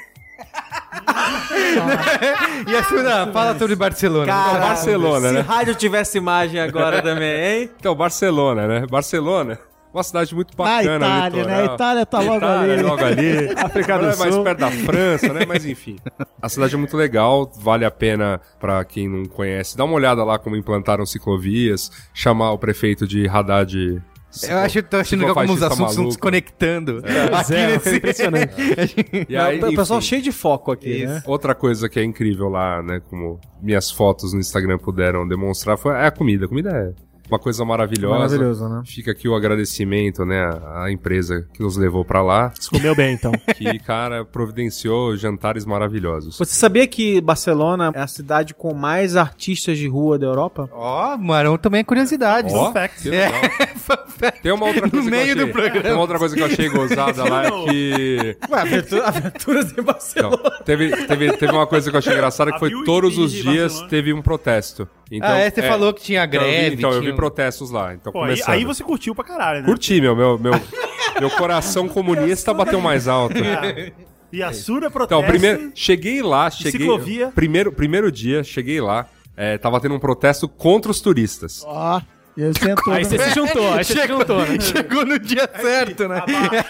S2: Yasuda, fala sobre Barcelona.
S6: Cara,
S4: Barcelona,
S6: se
S4: né?
S6: rádio tivesse imagem agora também, hein?
S4: Então, Barcelona, né? Barcelona, uma cidade muito bacana.
S3: Na Itália,
S4: litoral.
S3: né? A Itália tá logo
S4: Itália, é
S3: ali.
S4: logo ali.
S8: África do
S4: Agora é mais
S8: Sul.
S4: perto da França, né? Mas enfim. A cidade é muito legal, vale a pena pra quem não conhece. Dá uma olhada lá como implantaram ciclovias, chamar o prefeito de Haddad.
S2: Eu acho, tô achando legal como os
S4: ciclofascista
S2: assuntos estão
S4: maluco.
S2: desconectando. Aqui
S8: é,
S2: nesse...
S8: impressionante.
S4: E aí,
S6: o pessoal
S4: enfim.
S6: cheio de foco aqui, né?
S4: Outra coisa que é incrível lá, né? Como minhas fotos no Instagram puderam demonstrar, foi é a comida. A comida é Uma coisa maravilhosa.
S8: Maravilhoso, né?
S4: Fica aqui o agradecimento, né, à empresa que nos levou pra lá,
S8: Você comeu bem, então.
S4: que, cara, providenciou jantares maravilhosos.
S6: Você sabia que Barcelona é a cidade com mais artistas de rua da Europa?
S2: Ó, Marão também é curiosidade.
S5: um
S4: Ó, que
S2: É,
S4: legal. Tem uma outra
S2: um No
S4: coisa que eu
S2: meio do
S4: achei-
S2: programa.
S4: Tem uma outra coisa que eu achei gozada lá é que
S6: Ué, aventura, aventuras em
S4: Então,
S6: assim, Barcelona.
S4: teve, teve, teve uma coisa que eu achei engraçada que
S5: Abril
S4: foi
S5: e
S4: todos
S5: fim
S4: os
S5: de
S4: dias
S5: um Barcelona.
S4: teve um protesto. Então,
S2: ah, é, você falou que tinha
S4: Então, eu vi-
S2: greve.
S4: Então, eu
S2: tinha
S4: vi
S2: um-
S4: protestos lá. Então,
S5: Pô, aí,
S4: começando.
S5: aí você curtiu pra caralho, né?
S4: Curti, meu, meu, meu, meu coração comunista bateu mais alto.
S5: Ah, E a Sura
S4: Então,
S5: protesta.
S4: primeiro, cheguei lá, cheguei...
S5: Ciclovia.
S4: Primeiro, primeiro dia, cheguei lá, é, tava tendo um protesto contra os turistas.
S3: Ó, e aí você entrou.
S8: Aí
S3: no-
S8: você se juntou, aí você se juntou, né?
S2: Chegou no dia certo, né?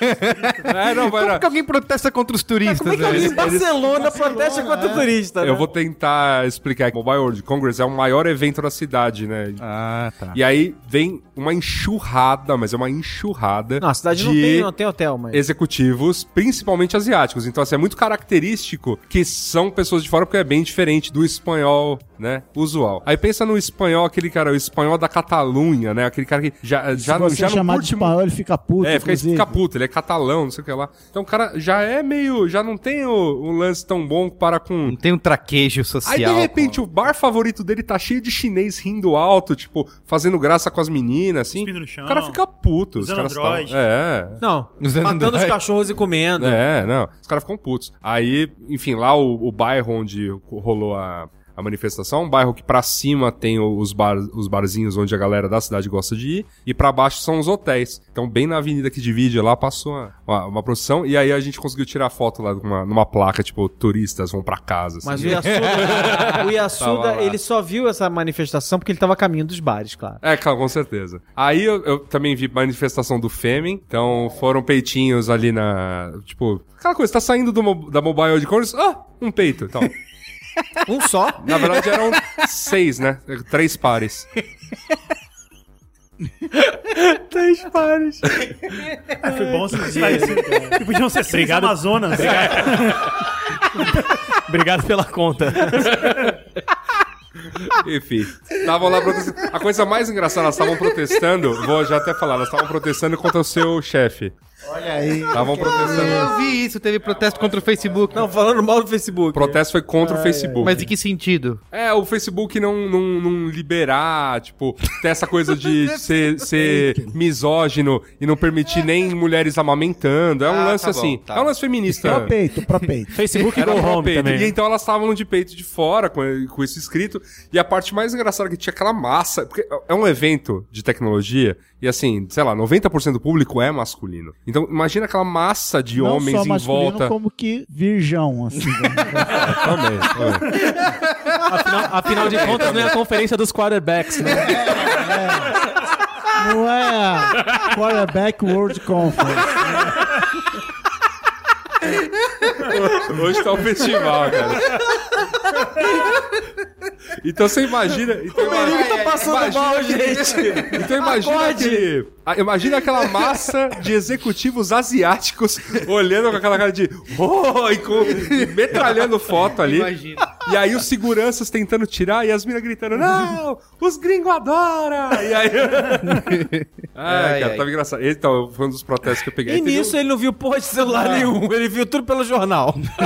S4: É, não, vai,
S2: Como
S4: não.
S2: que alguém protesta contra os turistas?
S6: Como é que
S2: velho?
S6: alguém em Barcelona protesta contra o turista? né?
S4: Eu vou tentar explicar. Mobile World Congress é o maior evento da cidade, né?
S2: Ah, tá.
S4: E aí vem uma enxurrada, mas é uma enxurrada.
S6: Não, a cidade não,
S4: de
S6: tem, não tem hotel, mas.
S4: executivos, principalmente asiáticos. Então, assim, é muito característico que são pessoas de fora, porque é bem diferente do espanhol, né, usual. Aí pensa no espanhol, aquele cara, o espanhol da Catalunha, né, aquele cara que já,
S3: Se
S4: já, não,
S3: você
S4: já não
S3: chamar de
S4: curte... mu-
S3: espanhol, ele fica puto.
S4: É, fica,
S3: inclusive.
S4: fica puto, ele é catalão, não sei o que lá. Então o cara já é meio. já não tem o, um lance tão bom para com.
S2: Não tem um traquejo social.
S4: Aí de repente
S2: com-
S4: o bar favorito dele tá cheio de chinês rindo alto, tipo, fazendo graça com as meninas, assim.
S5: Cuspindo no chão.
S4: O cara fica puto. os
S5: Usando
S4: caras tão-
S5: Android.
S4: É.
S6: Não,
S2: Usando
S6: matando os
S2: dois.
S6: cachorros e comendo.
S4: É, não. Os caras ficam putos. Aí, enfim, lá o, o bairro onde rolou a, a manifestação, um bairro que pra cima tem o- os, bar, os barzinhos onde a galera da cidade gosta de ir, e pra baixo são os hotéis. Então, bem na avenida que divide lá, passou uma, uma, uma procissão, e aí a gente conseguiu tirar foto lá numa, numa placa, tipo, turistas vão pra casa. assim.
S6: Mas o Yasuda, o Yasuda
S4: Tava lá.
S6: ele só viu essa manifestação porque ele tava a caminho dos bares, claro.
S4: É, claro, com certeza. Aí eu, eu também vi manifestação do Fêmen, então foram peitinhos ali na. Tipo, aquela coisa, tá saindo do mo- da Mobile de Congress, ah, um peito. Então,
S6: Um só?
S4: Na verdade eram seis, né? Três pares.
S6: Três pares.
S5: Foi bom se dizer. Que é podiam ser seis Amazonas.
S8: Obrigado pela conta.
S4: Enfim. Estavam lá protestando. A coisa mais engraçada, elas estavam protestando. Vou já até falar, elas estavam protestando contra o seu chefe.
S3: Olha aí.
S4: Estavam protestando.
S2: Eu vi isso, teve protesto contra o Facebook.
S6: Não, falando mal do Facebook.
S4: O protesto foi contra o Facebook.
S2: Mas em que sentido?
S4: É, o Facebook não, não, não liberar, tipo, ter essa coisa de ser, ser misógino e não permitir nem mulheres amamentando. É um
S2: Ah,
S4: lance
S2: tá bom,
S4: assim.
S2: tá.
S4: É um lance feminista.
S3: Pro peito, pro peito.
S8: Facebook
S4: Era
S8: Go
S4: só
S8: Home
S4: peito.
S8: também.
S4: E então elas estavam de peito de fora com, com isso escrito. E a parte mais engraçada é que tinha aquela massa. Porque é um evento de tecnologia. E assim, sei lá, 90% do público é masculino. Então imagina aquela massa de
S3: Não
S4: homens
S3: só
S4: em
S3: masculino,
S4: volta.
S3: como que virgão, assim. né?
S4: Também, também.
S8: Afinal, afinal de contas, não é a conferência dos quarterbacks, né?
S3: Não é quarterback World Conference.
S4: Hoje tá o festival, cara. Então você imagina. Então, imagina-
S6: tá passando mal, gente.
S4: Então imagina que, a- imagina aquela massa de executivos asiáticos olhando com aquela cara de oh, e com- e metralhando foto ali.
S2: Imagina.
S4: E aí os seguranças tentando tirar e as minas gritando: "Não! Os gringos adoram!" E aí Ai,
S2: Ai,
S4: cara,
S2: ai.
S4: tava engraçado. Então, foi um dos protestos que eu peguei.
S6: E
S4: Aí teve
S6: nisso ele não viu porra de celular nenhum, ele viu tudo pelo jornal.
S4: um-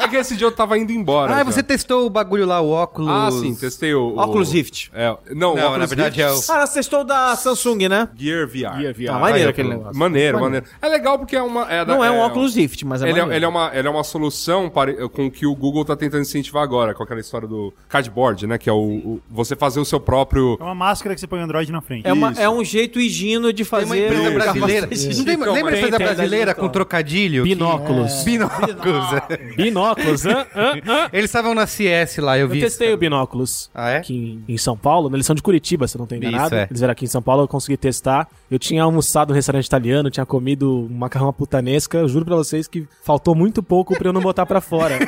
S4: É, é que esse dia eu tava indo embora.
S2: Ah,
S4: já.
S2: você testou o bagulho lá, o óculos.
S4: Ah, sim, testei o, o...
S6: Óculos Rift.
S4: É, não, o
S2: Não, na
S4: Oculus
S2: verdade é o.
S4: Rift
S6: Ah, você testou da Samsung, né?
S4: Gear VR. Gear
S6: Tá maneiro aquele negócio.
S4: Maneiro, maneiro. É legal porque é uma. é da-
S6: Não é um
S4: é-
S6: óculos Rift, mas é
S4: Ele é,
S6: maneiro.
S4: ele é uma, ele é uma solução para, com o que o Google tá tentando incentivar agora, com aquela história do cardboard, né? Que é o, o- você fazer o seu próprio.
S5: É uma máscara que você põe o Android na frente.
S6: É, uma- é um jeito higino de
S2: Tem
S6: fazer.
S2: uma empresa
S6: um
S2: brasileira.
S6: capacete
S2: Não tem- lembra a
S6: digital, mas-
S2: empresa
S6: Tem, tem,
S2: brasileira
S6: digital.
S2: com trocadilho? É.
S8: Binóculos.
S2: Binóculos. é.
S8: Binóculos, hã? Hã? Hã?
S2: Eles estavam na CS lá, eu
S8: Eu
S2: vi.
S8: testei o binóculos
S2: Ah, é?
S8: aqui em, em São Paulo. né? Eles são de Curitiba, se eu não tô enganado.
S2: Isso, é.
S8: Eles vieram aqui em São Paulo, eu consegui testar. Eu tinha almoçado no restaurante italiano, tinha comido um macarrão à putanesca. Eu juro pra vocês que faltou muito pouco pra eu não botar pra fora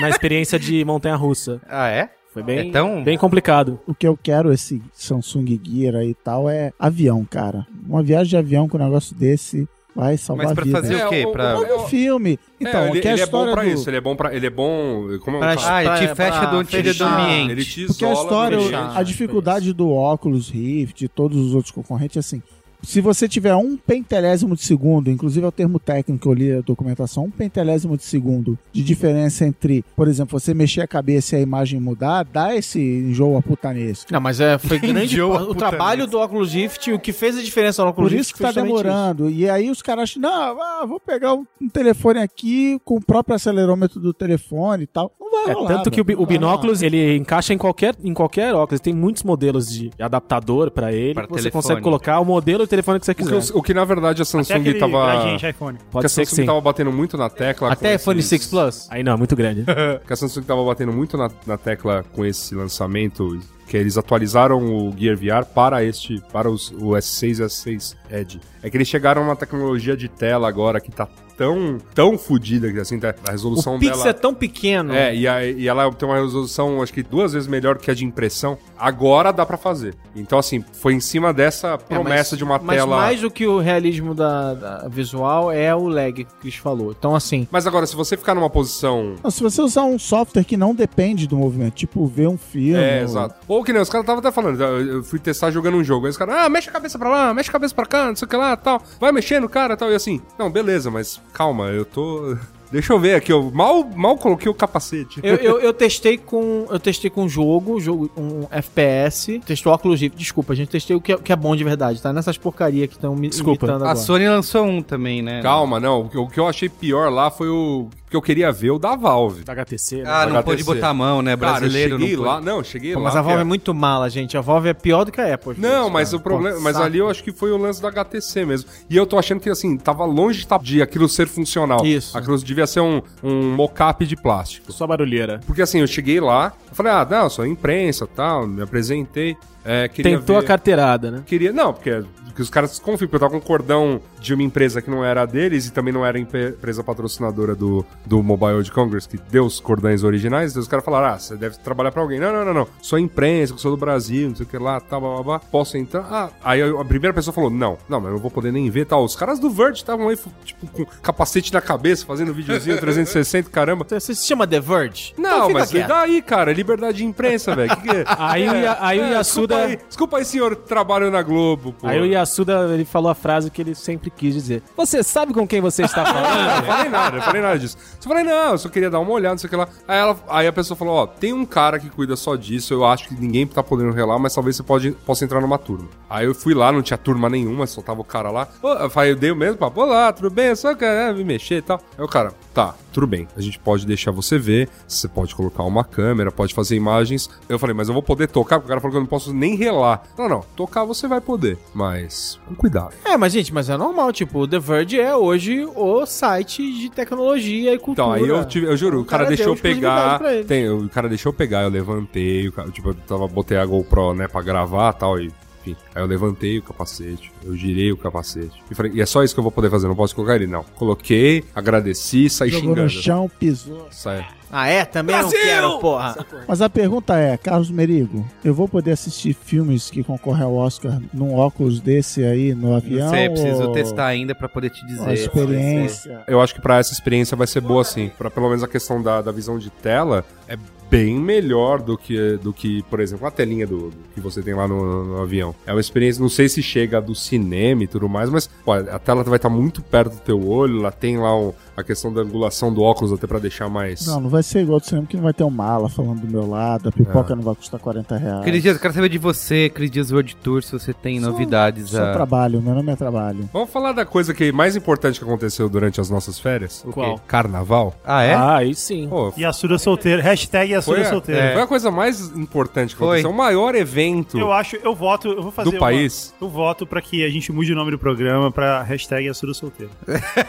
S8: na experiência de montanha-russa.
S2: Ah, é?
S8: Foi bem,
S2: É tão-
S8: bem complicado.
S3: O que eu quero, esse Samsung Gear aí e tal, é avião, cara. Uma viagem de avião com um negócio desse. vai salvar
S2: Mas pra
S3: a vida.
S2: fazer o quê? Pra...
S3: É um filme. Então,
S4: é, ele,
S3: que é a
S4: ele é bom
S3: história
S4: pra
S3: do...
S4: isso, ele é bom pra. Ele é bom. Como
S6: Pra
S4: é
S2: Ah, ele te
S6: pra-
S2: fecha
S6: pra
S2: do antigo do
S6: fechar.
S2: ambiente.
S4: Ele te
S3: Porque a
S4: isola do
S3: história, é
S4: ambiente.
S6: ambiente.
S3: a dificuldade do óculos Rift, de todos os outros concorrentes, é assim. Se você tiver um pentelésimo de segundo, inclusive é o termo técnico que eu li a documentação, um pentelésimo de segundo de diferença entre, por exemplo, você mexer a cabeça e a imagem mudar, dá esse enjoo a putanesco.
S6: Não, mas é, foi grande
S2: Enjoa,
S6: o
S2: puta
S6: trabalho do Oculus Rift, o que fez a diferença no Oculus
S3: Por
S6: Rift
S3: isso que tá
S6: foi justamente
S3: demorando. E aí os caras acham, não, ah, vou pegar um um telefone aqui com o próprio acelerômetro do telefone e tal. Não vai
S8: É,
S3: rolar.
S8: tanto que o, bi-
S3: mano.
S8: o
S3: Não vai rolar.
S8: binóculos ele encaixa em qualquer, em qualquer óculos. Tem muitos modelos de adaptador pra ele.
S2: Pra
S8: você
S2: telefone.
S8: consegue colocar o modelo de telefone que você
S4: O
S8: quiser.
S4: que, o que, na verdade a
S5: Até
S4: Samsung
S5: aquele
S4: é, tava.
S5: gradiente iPhone.
S4: que a
S8: Pode ser que
S4: Samsung
S8: sim.
S4: tava batendo muito na tecla. com
S6: Até iPhone
S4: esses-
S6: 6 Plus.
S8: Aí não, é muito grande.
S4: que a Samsung tava batendo muito na, na tecla com esse lançamento, que eles atualizaram o Gear VR para este, para os, o S6 e S6 Edge. É que eles chegaram numa tecnologia de tela agora que tá tão, tão fodida, que assim, tá- a resolução
S6: O
S4: dela...
S6: Pixel é tão pequeno.
S4: É, e, a- e ela tem uma resolução, acho que duas vezes melhor que a de impressão. Agora dá pra fazer. Então, assim, foi em cima dessa
S6: É, mas-
S4: promessa de uma
S6: mas
S4: tela...
S6: mais do que o realismo da, da visual é o lag que o Chris falou. Então, assim,
S4: Mas agora, se você ficar numa posição
S3: Não, se você usar um software que não depende do movimento, tipo ver um filme.
S4: É,
S3: ou-
S4: exato. Ou que nem, os caras estavam até falando, eu eu fui testar jogando um jogo, aí os caras, ah, mexe a cabeça pra lá, mexe a cabeça pra cá, não sei o que lá, tal, vai mexendo, cara, tal, e assim, não, beleza, mas calma, eu tô... Deixa eu ver aqui, eu mal, mal coloquei o capacete.
S6: eu, eu, eu testei com eu testei com um jogo, jogo um FPS, testou o Oculus Rift, desculpa, a gente testei o que é, o que é bom de verdade, tá? Nessas porcaria que estão me
S8: Desculpa.
S6: imitando
S2: A
S4: Ah,
S6: agora.
S2: Sony lançou um também, né?
S4: Calma, não, o que, eu- o que eu achei pior lá foi o que eu queria ver, o da Valve.
S8: Da HTC, né?
S2: Ah, não
S4: HTC.
S2: pôde botar a mão, né?
S4: Cara, eu
S2: Brasileiro
S4: cheguei
S2: não pôde.
S4: lá, não, cheguei
S6: Pô,
S4: lá.
S6: mas a Valve é
S4: cara.
S6: muito mala, gente. A Valve é pior do que a Apple. às vezes,
S4: Não, mas
S6: cara.
S4: o problema.
S6: Pô,
S4: Mas
S6: saco.
S4: ali eu acho que foi o lance do HTC mesmo. E eu tô achando que, assim, tava longe de, tá- de aquilo ser funcional.
S6: Isso.
S4: Aquilo devia ser um, um mock-up de plástico.
S8: Só barulheira.
S4: Porque assim, eu cheguei lá, eu falei, ah, não, sou imprensa tal, me apresentei. É, queria
S8: Tentou
S4: ver-
S8: a carteirada, né?
S4: Queria, não, porque, porque os caras desconfiam, porque eu tava com um cordão de uma empresa que não era a deles e também não era a empe- empresa patrocinadora do, do Mobile World Congress, que deu os cordões originais, então os caras falaram, ah, você deve trabalhar pra alguém. Não, não, não, não, sou imprensa, sou do Brasil, não sei o que lá, tá, blá, blá, blá, posso entrar? Ah, aí eu- a primeira pessoa falou, não, não, mas eu não vou poder nem ver tal. Os caras do Verge estavam aí, fu- tipo, com capacete na cabeça, fazendo videozinho 360, caramba.
S6: Então, Você se chama The Verge? Então
S4: Não,
S6: fica
S4: mas e
S6: quieto.
S4: daí, cara? Liberdade de imprensa, velho. Que que é?
S8: Aí o, Ia- aí o
S4: É,
S8: Yasuda.
S4: Desculpa aí, desculpa aí, senhor, trabalho na Globo, pô.
S8: Aí o Yasuda ele falou a frase que ele sempre quis dizer. Você sabe com quem você está falando?
S4: Não falei nada, não falei nada disso. Só falei, não, eu só queria dar uma olhada, não sei o que lá. Aí, ela- aí a pessoa falou, ó, tem um cara que cuida só disso, eu acho que ninguém tá podendo relar, mas talvez você pode, possa entrar numa turma. Aí eu fui lá, não tinha turma nenhuma, só tava o cara lá. Ô, Eu falei, eu dei o mesmo papo, olá, tudo bem? Eu só quero é, me mexer e tal. Aí o cara, tá, tudo bem, a gente pode deixar você ver, você pode colocar uma câmera, pode fazer imagens. Eu falei, mas eu vou poder tocar? Porque o cara falou que eu não posso nem relar. Não, não, tocar você vai poder, mas com cuidado.
S6: É, mas gente, mas é normal, tipo, o The Verge é hoje o site de tecnologia e cultura.
S4: Então, aí eu, tive, eu juro, o cara,
S6: cara
S4: deixou eu
S6: deu exclusividade
S4: pegar.
S6: pra ele.
S4: Tem, o cara deixou eu pegar, eu levantei, o cara, tipo, eu tava, botei a GoPro, né, pra gravar e tal, e. Enfim, aí eu levantei o capacete, eu girei o capacete. E falei, e é só isso que eu vou poder fazer, não posso colocar ele? Não. Coloquei, agradeci, saí
S3: Jogou no
S4: xingando.
S3: chão, pisou.
S4: Sai.
S6: Ah, é? Também não quero, porra.
S3: Mas a pergunta é, Carlos Merigo, eu vou poder assistir filmes que concorrem ao Oscar num óculos desse aí no avião?
S2: Não sei,
S8: é
S2: eu preciso
S3: ou-
S2: testar ainda pra poder te dizer.
S3: ou A experiência.
S4: Eu acho que pra essa experiência vai ser boa sim. Pra pelo menos a questão da, da visão de tela, é bem melhor do que, do que por exemplo, a telinha do, do que você tem lá no, no avião. É uma experiência, não sei se chega do cinema e tudo mais, mas pô, a tela vai estar muito perto do teu olho, ela tem lá um- a questão da angulação do óculos até pra deixar mais...
S3: Não, não vai ser igual do cinema, que não vai ter um mala falando do meu lado, a
S2: É.
S3: pipoca não vai custar 40 reais.
S2: Cris Dias, eu quero saber de você, Cris Dias World Tour, se você tem
S3: Só-
S2: novidades.
S3: Isso é
S2: a-
S3: trabalho, meu nome é trabalho.
S4: Vamos falar da coisa que mais importante que aconteceu durante as nossas férias?
S2: O quê?
S8: Qual?
S4: Carnaval?
S2: Ah, é?
S8: Ah, aí sim.
S4: Pô,
S5: E a Suda solteiro. Hashtag a
S4: foi,
S5: Suda
S4: a, É.
S5: solteiro.
S4: foi a coisa mais importante que
S2: Foi.
S4: aconteceu. É O maior evento
S5: Eu acho, eu voto, eu vou fazer
S4: do
S5: uma-
S4: país.
S5: Eu voto pra que a gente mude o nome do programa pra hashtag a Suda solteiro.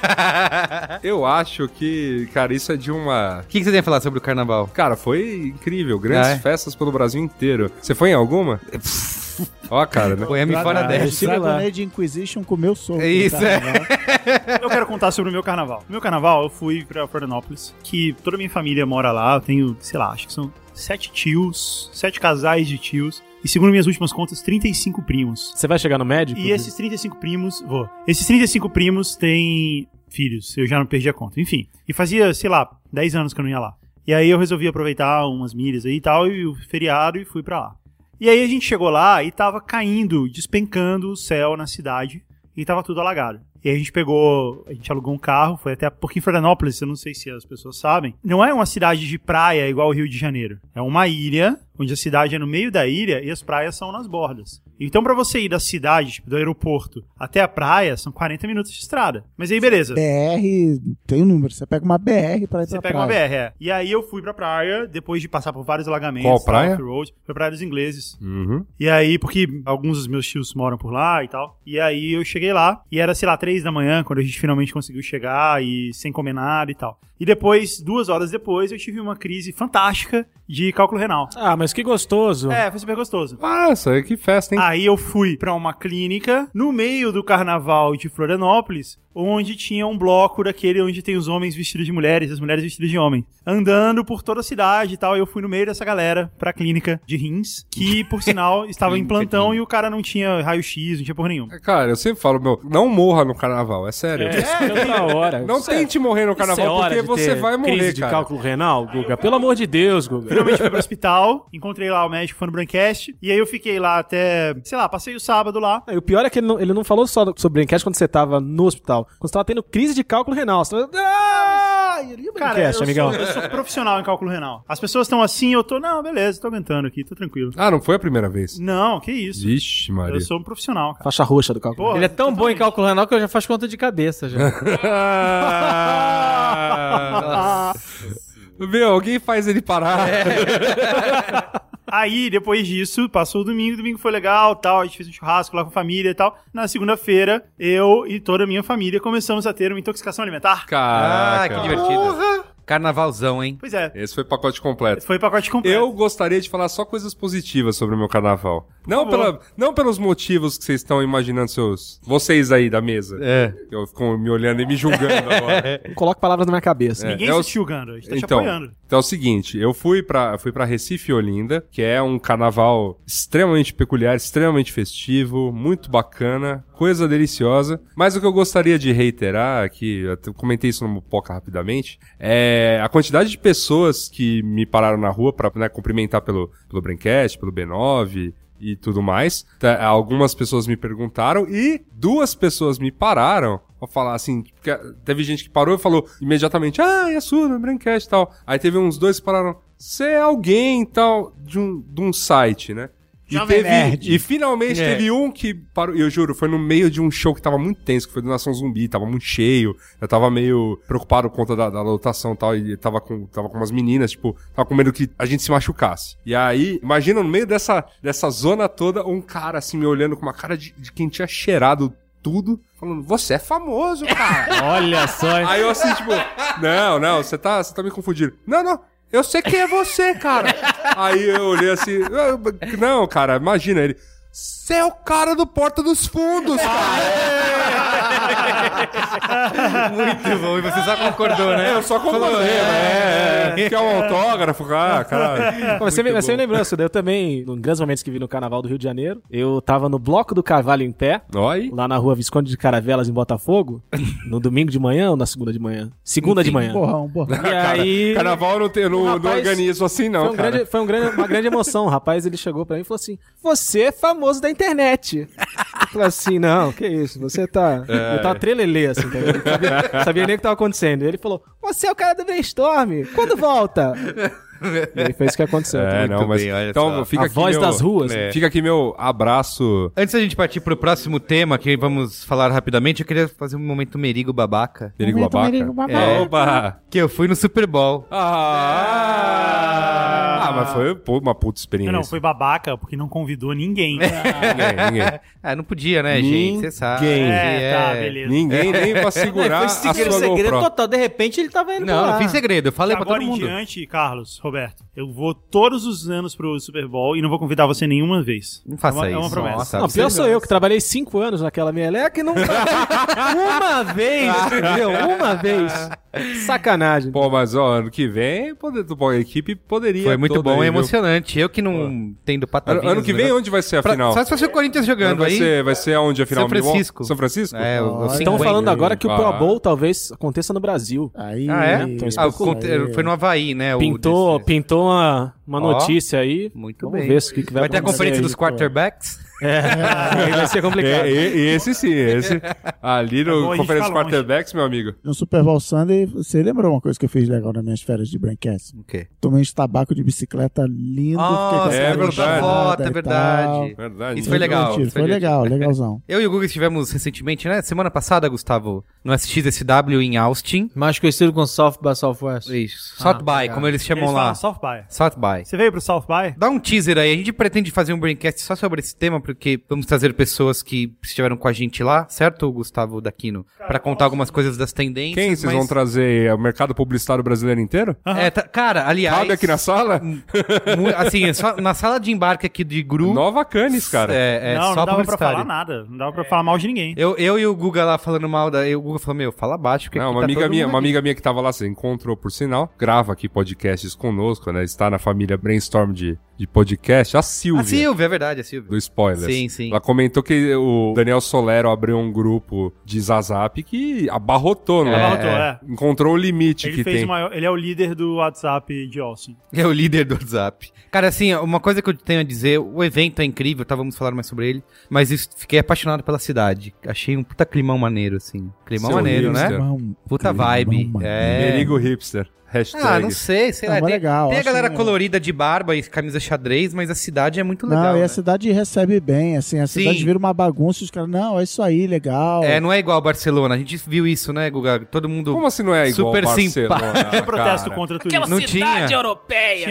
S8: Ah.
S4: Eu acho que, cara, isso é de uma.
S2: O que, que você tem a falar sobre o carnaval?
S4: Cara, foi incrível. Grandes
S2: É.
S4: festas pelo Brasil inteiro. Você foi em alguma? Ó a cara, né?
S2: Põe a minha fora
S3: Ah,
S2: dessa.
S8: sei lá.
S3: Dragon Age Inquisition comeu soco.
S2: É isso, é.
S3: cara.
S5: Eu quero contar sobre o meu carnaval. No meu carnaval, eu fui pra Florianópolis, que toda a minha família mora lá. Eu tenho, sei lá, acho que são sete tios, sete casais de tios. E segundo minhas últimas contas, 35 primos.
S8: Você vai chegar no médico?
S5: E esses 35 primos, vou. Esses 35 primos têm filhos, eu já não perdi a conta. Enfim, e fazia, sei lá, 10 anos que eu não ia lá. E aí eu resolvi aproveitar umas milhas aí e tal, e o feriado, e fui pra lá. E aí a gente chegou lá e tava caindo, despencando o céu na cidade, e tava tudo alagado. E aí a gente pegou, a gente alugou um carro, foi até, porque em Florianópolis, eu não sei se as pessoas sabem, não é uma cidade de praia igual o Rio de Janeiro. É uma ilha, onde a cidade é no meio da ilha e as praias são nas bordas. Então pra você ir da cidade, tipo, do aeroporto, até a praia, são 40 minutos de estrada. Mas aí beleza.
S3: BR, tem um número. Você pega uma BR pra ir
S5: Você
S3: pra
S5: pega
S3: praia.
S5: uma BR, é. E aí eu fui pra praia, depois de passar por vários alagamentos.
S4: Qual
S5: tal,
S4: praia?
S5: off-road, foi praia dos ingleses.
S4: Uhum.
S5: E aí, porque alguns dos meus tios moram por lá e tal. E aí eu cheguei lá, e era, sei lá, três da manhã, quando a gente finalmente conseguiu chegar, e sem comer nada e tal. E depois, duas horas depois, eu tive uma crise fantástica de cálculo renal.
S8: Ah, mas que gostoso.
S5: É, foi super gostoso.
S4: Nossa, que festa, hein?
S5: Aí eu fui pra uma clínica no meio do carnaval de Florianópolis, onde tinha um bloco daquele onde tem os homens vestidos de mulheres, as mulheres vestidas de homem, andando por toda a cidade e tal. E eu fui no meio dessa galera pra clínica de rins, que por sinal estava em plantão e o cara não tinha raio-x, não tinha porra nenhuma.
S4: Cara, eu sempre falo, meu, não morra no carnaval, é sério.
S8: Ah. É, isso é outra hora.
S4: Não
S8: Isso é-
S4: tente morrer no
S8: isso é
S4: carnaval,
S8: hora
S4: porque
S8: de
S4: você
S8: ter
S4: vai
S8: crise
S4: morrer,
S8: de
S4: cara.
S8: cálculo renal, Guga. Pelo amor de Deus, Guga.
S5: Finalmente fui pro hospital, encontrei lá o médico fã do Brancast, e aí eu fiquei lá até, sei lá, passei o sábado lá.
S8: E o pior é que ele não, ele não falou só do- sobre Braincast quando você tava no hospital. Quando você tava tendo crise de cálculo renal. Você tava... Ah, e o
S5: Cara,
S8: Braincast,
S5: eu,
S8: amigão?
S5: Sou, eu sou profissional em cálculo renal. As pessoas estão assim, eu tô, não, beleza, tô aguentando aqui, tô tranquilo.
S4: Ah, não foi a primeira vez?
S5: Não, que isso.
S4: Vixe, Maria.
S5: Eu sou um profissional, cara.
S8: Faixa roxa do cálculo.
S5: Porra,
S8: renal.
S6: Ele é tão bom em cálculo renal que eu já faço conta de cabeça já.
S4: Ah, Meu, alguém faz ele parar.
S8: É.
S5: Aí, depois disso, passou o domingo, domingo foi legal, tal, a gente fez um churrasco lá com a família e tal. Na segunda-feira, eu e toda a minha família começamos a ter uma intoxicação alimentar.
S2: Ah,
S4: Caraca.
S2: que divertido. Carnavalzão, hein?
S5: Pois é,
S4: Esse foi o pacote completo.
S5: foi pacote completo.
S4: Eu gostaria de falar só coisas positivas sobre o meu carnaval. Não,
S5: favor.
S4: pela, não pelos motivos que vocês estão imaginando, seus. Vocês aí da mesa.
S2: É.
S4: Eu fico me olhando e me julgando agora.
S8: Coloca palavras na minha cabeça.
S5: Ninguém
S4: é
S5: se
S4: o-
S5: assistiu, Gando, a gente tá te
S4: Então,
S5: apoiando.
S4: então é o seguinte, eu fui pra fui para Recife e Olinda, que é um carnaval extremamente peculiar, extremamente festivo, muito bacana, coisa deliciosa. Mas o que eu gostaria de reiterar aqui, eu até comentei isso no Mupoca rapidamente, é a quantidade de pessoas que me pararam na rua pra né, cumprimentar pelo pelo Braincast, pelo B9, e tudo mais. Tá, Algumas pessoas me perguntaram e duas pessoas me pararam pra falar assim, porque teve gente que parou e falou imediatamente, ah, é sua, no Brancast e tal. Aí teve uns dois que pararam, você é alguém e tal, de um, de um site, né? E,
S3: Jovem
S4: teve-
S3: Nerd.
S4: e finalmente
S2: É.
S4: teve um que parou, e eu juro, foi no meio de um show que tava muito tenso, que foi do Nação Zumbi, tava muito cheio, eu tava meio preocupado por conta da, da lotação e tal, e tava com, tava com umas meninas, tipo, tava com medo que a gente se machucasse. E aí, imagina, no meio dessa, dessa zona toda, um cara assim me olhando com uma cara de, de quem tinha cheirado tudo, falando, você é famoso, cara.
S8: Olha só, hein?
S4: Aí eu assim, tipo, não, não, você tá, você tá me confundindo. Não, não, eu sei quem é você, cara. Aí eu olhei assim, eu- não, cara, imagina ele. Você é o cara do Porta dos Fundos, cara.
S2: Muito bom. E você só concordou, né?
S4: eu só concordei, é, é, é. Quer um autógrafo? Ah, cara.
S8: Pô, mas você, me,
S4: Muito
S8: mas você me
S4: bom.
S8: lembrou, isso daí eu também, um dos grandes momentos que vi no Carnaval do Rio de Janeiro, eu tava no Bloco do Carvalho em pé,
S4: Oi?
S8: lá na rua Visconde de Caravelas, em Botafogo, no domingo de manhã ou na segunda de manhã? Segunda de manhã.
S3: Borrão, borrão.
S8: E aí...
S4: Carnaval eu não, tem, eu não,
S8: O
S4: não
S8: rapaz-
S4: organizo assim, não,
S8: Foi, um
S4: cara.
S8: grande, foi um grande- uma grande emoção. O rapaz, ele chegou pra mim e falou assim, você é famoso da internet. Eu falei assim, não, que isso, você tá...
S4: É.
S8: Eu tava trelelê, assim, tá ligado? sabia, sabia nem o que tava acontecendo. E ele falou, você é o cara do brainstorm, quando volta? E aí foi isso que aconteceu. tá
S4: É,
S2: Muito
S4: não, mas.
S2: bem, olha
S4: então
S2: só.
S4: fica
S8: A
S4: aqui.
S8: voz
S4: meu-
S8: das ruas.
S4: É. Fica aqui meu abraço.
S2: Antes da gente partir pro próximo tema, que vamos falar rapidamente, eu queria fazer um momento merigo babaca.
S4: Perigo
S3: Momento
S4: babaca.
S3: Merigo Babaca.
S4: É. Oba!
S2: Que eu fui no Super Bowl.
S4: Ah! Ah, mas foi pô, uma puta experiência.
S5: Não, não, foi babaca, porque não convidou ninguém.
S4: Ninguém, ninguém.
S2: Ah, não podia, né, gente? Você sabe.
S4: Ninguém.
S5: é, tá,
S2: É.
S5: beleza.
S4: Ninguém nem pra segurar a sua
S6: Foi segredo, segredo
S4: GoPro.
S6: total. De repente ele tava indo pra
S2: Não,
S6: lá.
S2: não fiz segredo, eu falei pra
S5: Agora
S2: todo
S5: em
S2: mundo.
S5: diante, Carlos, Roberto, eu vou todos os anos pro Super Bowl e não vou convidar você nenhuma vez.
S2: Não faça
S5: é uma,
S2: isso.
S5: É uma promessa.
S2: Nossa,
S8: Não,
S2: você-
S8: pior sou eu, que trabalhei cinco anos naquela meleca e não. uma vez,
S4: Ah.
S8: entendeu? Uma vez. Sacanagem.
S4: Pô, mas ó, ano que vem poder, a equipe poderia.
S2: Foi muito
S4: toda
S2: bom
S4: aí,
S2: e
S4: viu?
S2: emocionante. Eu que não tendo
S4: Ano,
S2: patavinhas.
S4: ano que
S2: no
S4: vem,
S2: negócio.
S4: onde vai ser a
S2: Pra-
S4: final?
S2: Só se vai ser o Corinthians jogando
S4: vai,
S2: aí.
S4: Ser, vai ser onde a final?
S2: São Francisco.
S4: São Francisco?
S2: É, o, o
S8: Estão
S2: 50.
S8: falando agora que o Pro
S4: Ah.
S8: Bowl talvez aconteça no Brasil.
S3: Aí,
S2: Ah, é?
S8: Então,
S2: Ah, o
S8: especulando.
S2: conte- foi no Havaí, né? o
S8: Pintou,
S2: desse-
S8: pintou uma, uma
S2: Ó.
S8: notícia aí.
S2: Muito
S8: Vamos
S2: bem.
S8: ver se o que, que vai,
S2: Vai ter a
S8: acontecer
S2: conferência
S8: aí.
S2: dos quarterbacks?
S8: É, aí vai ser complicado.
S4: É, e- e esse sim, esse. Ali
S5: É
S4: no
S5: bom a gente
S4: Conferência
S5: tá longe.
S4: Quarterbacks, meu amigo.
S3: No Super Bowl Sunday, você lembrou uma coisa que eu fiz legal nas minhas férias de Braincast?
S2: O quê?
S3: Tomei uns tabaco de bicicleta lindo. fiquei com
S2: Nossa,
S3: essa
S4: é
S2: é
S3: cara
S4: verdade.
S2: foto, é
S3: e tal.
S2: verdade.
S4: Verdade.
S2: Isso foi legal,
S3: divertido,
S2: foi
S3: Foi legal, legalzão.
S2: Eu e o Guga estivemos recentemente, né? Semana passada, Gustavo, no SXSW em Austin.
S6: Mais conhecido como South by Southwest. Ah,
S2: Isso.
S5: Ah,
S2: South by,
S6: legal.
S2: como eles chamam
S5: Eles
S2: lá.
S5: falam South by.
S2: South by.
S5: Você veio pro South by?
S2: Dá um teaser aí. A gente pretende fazer um braincast só sobre esse tema, porque vamos trazer pessoas que estiveram com a gente lá, certo, Gustavo Daquino? Pra contar algumas coisas das tendências.
S4: Quem vocês
S2: mas-
S4: vão trazer? É O mercado publicitário brasileiro inteiro?
S2: É, tá- cara, aliás.
S4: Cabe aqui na sala?
S2: mu- Assim, é só- na sala de embarque aqui de Gru.
S4: Nova Canis, cara.
S2: É, é
S5: não,
S2: só
S5: não dava pra falar
S2: publicitário.
S5: nada. Não dava pra falar mal de ninguém.
S2: Eu, eu e o Guga lá falando mal da. e O Guga falou, meu, fala baixo, porque
S4: Não,
S2: aqui
S4: uma
S2: tá
S4: amiga
S2: todo
S4: minha,
S2: mundo
S4: uma
S2: aqui.
S4: amiga minha que tava lá, você encontrou por sinal, grava aqui podcasts conosco, né? Está na família Brainstorm de, de podcast, a Silvia.
S2: A Silvia, é verdade, a Silvia.
S4: Do spoilers.
S2: Sim, sim.
S4: Ela comentou que o Daniel Solero abriu um grupo de Zazap que abarrotou, não é?
S5: Abarrotou, é.
S4: Encontrou o limite
S5: Ele,
S4: que
S5: fez
S4: tem.
S5: o maior- ele é o líder do WhatsApp de Austin.
S2: É o líder do WhatsApp. Cara, assim, uma coisa que eu tenho a dizer, o evento é incrível, tá? Vamos falar mais sobre ele. Mas isso- fiquei apaixonado pela cidade. Achei um puta climão maneiro, assim. Climão
S4: Seu
S2: maneiro, né?
S4: hipster.
S3: Irmão,
S2: Puta
S3: Climão
S2: vibe.
S3: maneiro.
S2: É.
S4: Perigo hipster. Hashtag.
S2: Ah, não sei, sei
S3: Não,
S2: lá.
S3: mas é
S2: Tem,
S3: legal,
S2: tem a
S3: acho
S2: galera
S3: que-
S2: colorida de barba e camisa xadrez, mas a cidade é muito legal.
S3: não, e
S2: né?
S3: a cidade recebe bem, assim, a
S2: Sim.
S3: cidade vira uma bagunça e os caras, não, é isso aí, legal.
S2: É, não é igual a Barcelona. A gente viu isso, né, Guga? Todo mundo.
S4: Como assim não é igual
S2: Super
S4: Super Barcelona?
S5: Tem protesto
S4: cara?
S5: contra turismo.
S2: Não tinha.
S5: Tem
S2: Cara.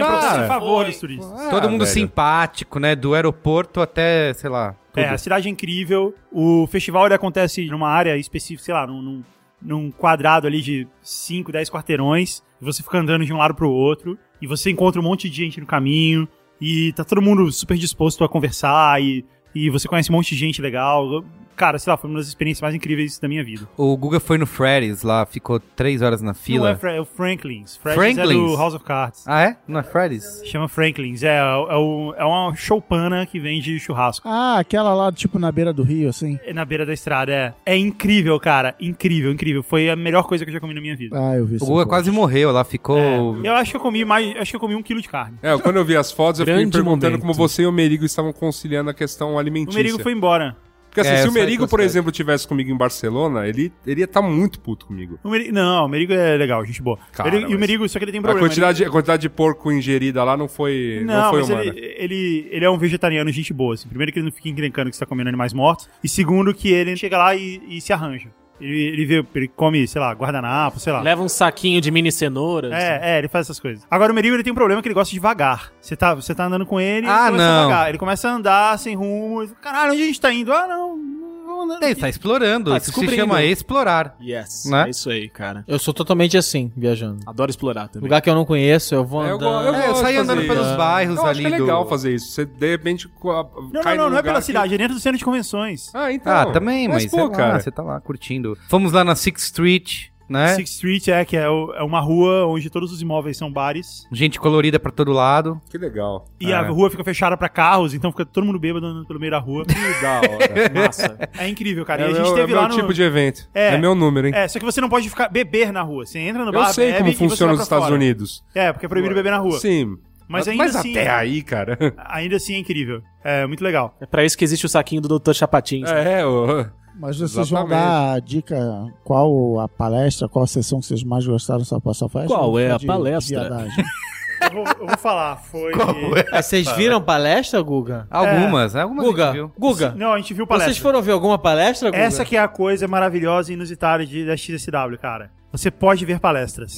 S5: protesto em favor dos turistas.
S3: assim?
S4: Ah,
S2: Todo mundo
S4: velho.
S2: simpático, né? Do aeroporto até, sei lá. tudo.
S5: É, a cidade é incrível. O festival ele acontece numa área específica, sei lá, num, num, num quadrado ali de 5, 10 quarteirões. E você fica andando de um lado pro outro. E você encontra um monte de gente no caminho. E tá todo mundo super disposto a conversar. E, e você conhece um monte de gente legal. Cara, sei lá, foi uma das experiências mais incríveis da minha vida.
S2: O Guga foi no Freddy's lá, ficou três horas na
S5: Não é,
S2: fila.
S5: Fra- é o Franklin's. Franklin's, é
S2: Franklin's?
S5: do House of Cards.
S2: ah, é? Não é Freddy's?
S5: Chama Franklin's. É, é, o- é uma choupana que vende churrasco.
S3: Ah, aquela lá, tipo, na beira do rio, assim.
S5: É Na beira da estrada, é. É incrível, cara. Incrível, incrível. Foi a melhor coisa que eu já comi na minha vida.
S3: Ah, eu vi
S2: O
S3: essa
S2: Guga
S3: foto.
S2: quase morreu lá, ficou.
S5: Eu acho que eu comi mais. Acho que eu comi um quilo de carne.
S4: É, quando eu vi as fotos, eu fiquei me
S8: Grande
S4: perguntando
S8: momento.
S4: como você e o Merigo estavam conciliando a questão
S5: O
S4: alimentícia.
S5: merigo foi embora.
S4: Porque assim,
S2: É,
S4: se
S2: eu
S4: o
S2: saí
S4: Merigo,
S2: com
S4: por
S2: os
S4: exemplo, tivesse comigo em Barcelona, ele, ele ia estar muito puto comigo.
S5: O merigo, não, o merigo é legal, gente boa.
S4: Cara,
S5: Merigo- e o
S4: mas-
S5: merigo, só que ele tem um
S4: A
S5: problema.
S4: quantidade, a quantidade de porco ingerida lá não foi,
S5: ele...
S4: não,
S5: Não,
S4: foi
S5: mas
S4: humana.
S5: ele, ele, ele é um vegetariano, gente boa. Assim. Primeiro, que ele não fica encrencando que você tá comendo animais mortos. E segundo, que ele chega lá e, e se arranja. Ele, ele vê, ele come, sei lá, guardanapo, sei lá.
S8: Leva um saquinho de mini cenoura.
S5: É, é, ele faz essas coisas. Agora, o Merigo ele tem um problema que ele gosta de vagar. Você tá, você tá andando com ele
S2: Ah,
S5: ele começa
S2: não.
S5: a vagar. Ele começa a andar sem rumo. Ele fala, Caralho, onde a gente tá indo? Ah, não. não andando
S2: Ele
S5: aqui."
S2: tá explorando.
S8: Tá
S2: isso se
S8: descobrindo.
S2: chama explorar.
S8: Yes.
S2: Né?
S8: É isso aí, cara.
S6: Eu sou totalmente assim, viajando.
S8: Adoro explorar também.
S6: Lugar que eu não conheço, eu vou
S4: É, eu
S6: andando.
S4: go- eu
S2: É, eu
S4: gosto
S2: saí
S4: de
S2: andando
S4: fazer
S2: pelos
S4: isso.
S2: bairros
S4: Eu acho
S2: ali.
S4: que é
S2: do-
S4: legal fazer isso. Você, de repente, co-
S5: Não,
S4: cai
S5: não,
S4: num
S5: não, não é pela
S4: lugar que-
S5: cidade, é dentro do centro de convenções.
S4: Ah, então.
S2: Ah, também, mas, sei
S4: pô,
S2: lá,
S5: ah,
S4: cara.
S2: você tá lá curtindo. Fomos lá na Sixth Street, né?
S5: Sixth Street é que é, o- é uma rua onde todos os imóveis são bares.
S2: Gente colorida pra todo lado.
S4: Que legal.
S5: E
S2: Ah,
S5: a
S2: é.
S5: rua fica fechada pra carros, então fica todo mundo bêbado andando pelo meio da rua.
S4: Que da hora.
S8: Massa.
S5: É incrível, cara.
S4: é
S5: e a
S4: meu,
S5: gente
S4: é
S5: teve
S4: meu
S5: lá no...
S4: tipo de evento. É,
S5: É.
S4: meu número, hein?
S5: É, só que você não pode ficar beber na rua. Você entra no
S4: eu
S5: bar,
S4: sei
S5: bebe
S4: como
S5: e você
S4: funciona
S5: vai
S4: os
S5: pra
S4: Estados
S5: fora.
S4: Unidos.
S5: É, porque é proibido beber na rua.
S4: Sim.
S5: Mas ainda assim-
S4: até aí, cara.
S5: Ainda assim é incrível. É muito legal.
S8: É pra isso que existe o saquinho do Dr. Chapatins.
S4: É, o...
S3: Mas vocês
S4: Exatamente.
S3: vão dar a dica qual a palestra, qual a sessão que vocês mais gostaram só passar festa?
S8: Qual é a
S3: De-
S8: palestra?
S3: de viadagem.
S5: Eu vou, eu vou falar, foi...
S2: é?
S6: Ah, Vocês viram palestra, Guga?
S2: Algumas,
S5: É.
S2: algumas
S8: assim,
S2: a gente
S6: Guga,
S2: viu.
S6: Guga,
S5: Não, a gente viu palestra.
S6: vocês foram ver alguma palestra, Guga?
S5: Essa que é a coisa maravilhosa e inusitada de, da XSW, cara. Você pode ver palestras.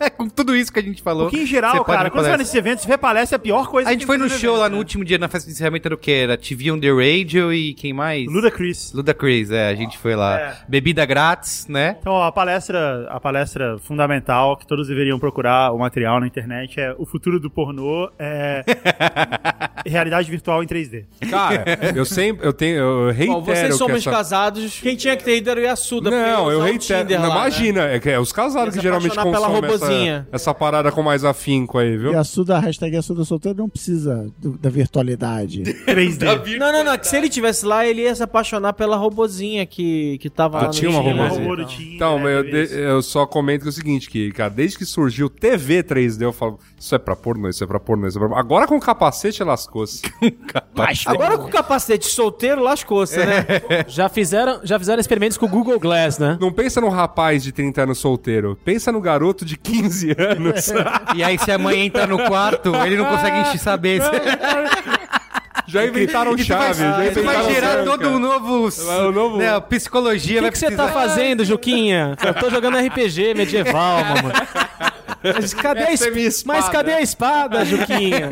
S2: É, Com tudo isso que a gente falou.
S5: Porque Um em geral,
S2: você pode
S5: cara,
S2: ver
S5: quando você vai
S2: palestra.
S5: nesses eventos, ver palestra é a pior coisa
S2: A gente
S5: que
S2: foi no
S5: você
S2: show
S5: vê,
S2: lá
S5: né?
S2: no último dia, na festa de encerramento, era o que? Era TV on the Radio e quem mais?
S5: Ludacris.
S2: Ludacris, é, a gente foi lá.
S5: É.
S2: Bebida grátis, né?
S5: Então, ó, a palestra, a palestra fundamental que todos deveriam procurar o material na internet é O Futuro do Pornô é Realidade Virtual em 3D.
S4: Cara,
S5: É.
S4: eu sempre. Eu tenho. Eu reitero.
S6: Bom, vocês
S4: que
S6: somos
S4: essa-
S6: casados. Quem tinha que ter ido era o Yasuda. porque
S4: Não,
S6: ia
S4: eu
S6: usar o
S4: reitero.
S6: Tinder
S4: Não,
S6: lá, né?
S4: imagina, é que é os casados
S6: Ia
S4: que
S6: se
S4: geralmente
S6: apaixonar pela
S4: consomem essa,
S6: robozinha.
S4: essa parada com mais afinco aí, viu?
S3: E a Suda, a hashtag é Suda Solteiro não precisa do- da virtualidade.
S5: 3D.
S6: Não, não, não. Que se ele tivesse lá, ele ia se apaixonar pela robozinha que, que tava
S4: Ah,
S6: lá no
S4: tinha uma
S6: Tinder.
S4: robozinha.
S5: Robô do Tinder,
S4: Então,
S5: né,
S4: eu,
S5: tudo
S4: de-
S5: isso.
S4: eu só comento que é o seguinte, que, cara, desde que surgiu TV 3D, eu falo, isso é pra pornô, isso é pra pornô, isso é pra pornô. Agora com capacete lascou-se.
S6: Agora com o capacete solteiro, lascou-se, né?
S9: É. Já fizeram, já fizeram experimentos com o Google Glass, né?
S4: Não pensa num rapaz de 30 anos solteiro, pensa no garoto de 15 anos.
S2: E aí, se a mãe entra no quarto, ele não consegue encher saber.
S4: já inventaram
S2: Isso vai,
S4: chaves, já
S2: isso vai
S4: inventaram
S2: gerar
S4: cerca.
S2: todo um novo.
S4: É um novo-
S2: Né, psicologia
S9: O que,
S2: vai
S9: que você tá
S2: precisar-
S9: fazendo, Juquinha? Eu tô jogando RPG medieval, mamãe. Mas cadê, a
S4: Essa é
S9: esp-
S4: minha espada.
S9: Mas cadê a espada, Juquinha?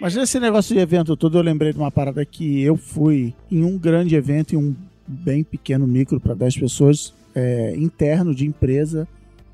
S3: Mas nesse negócio de evento todo, eu lembrei de uma parada que eu fui em um grande evento, em um bem pequeno micro para 10 pessoas, é, interno de empresa.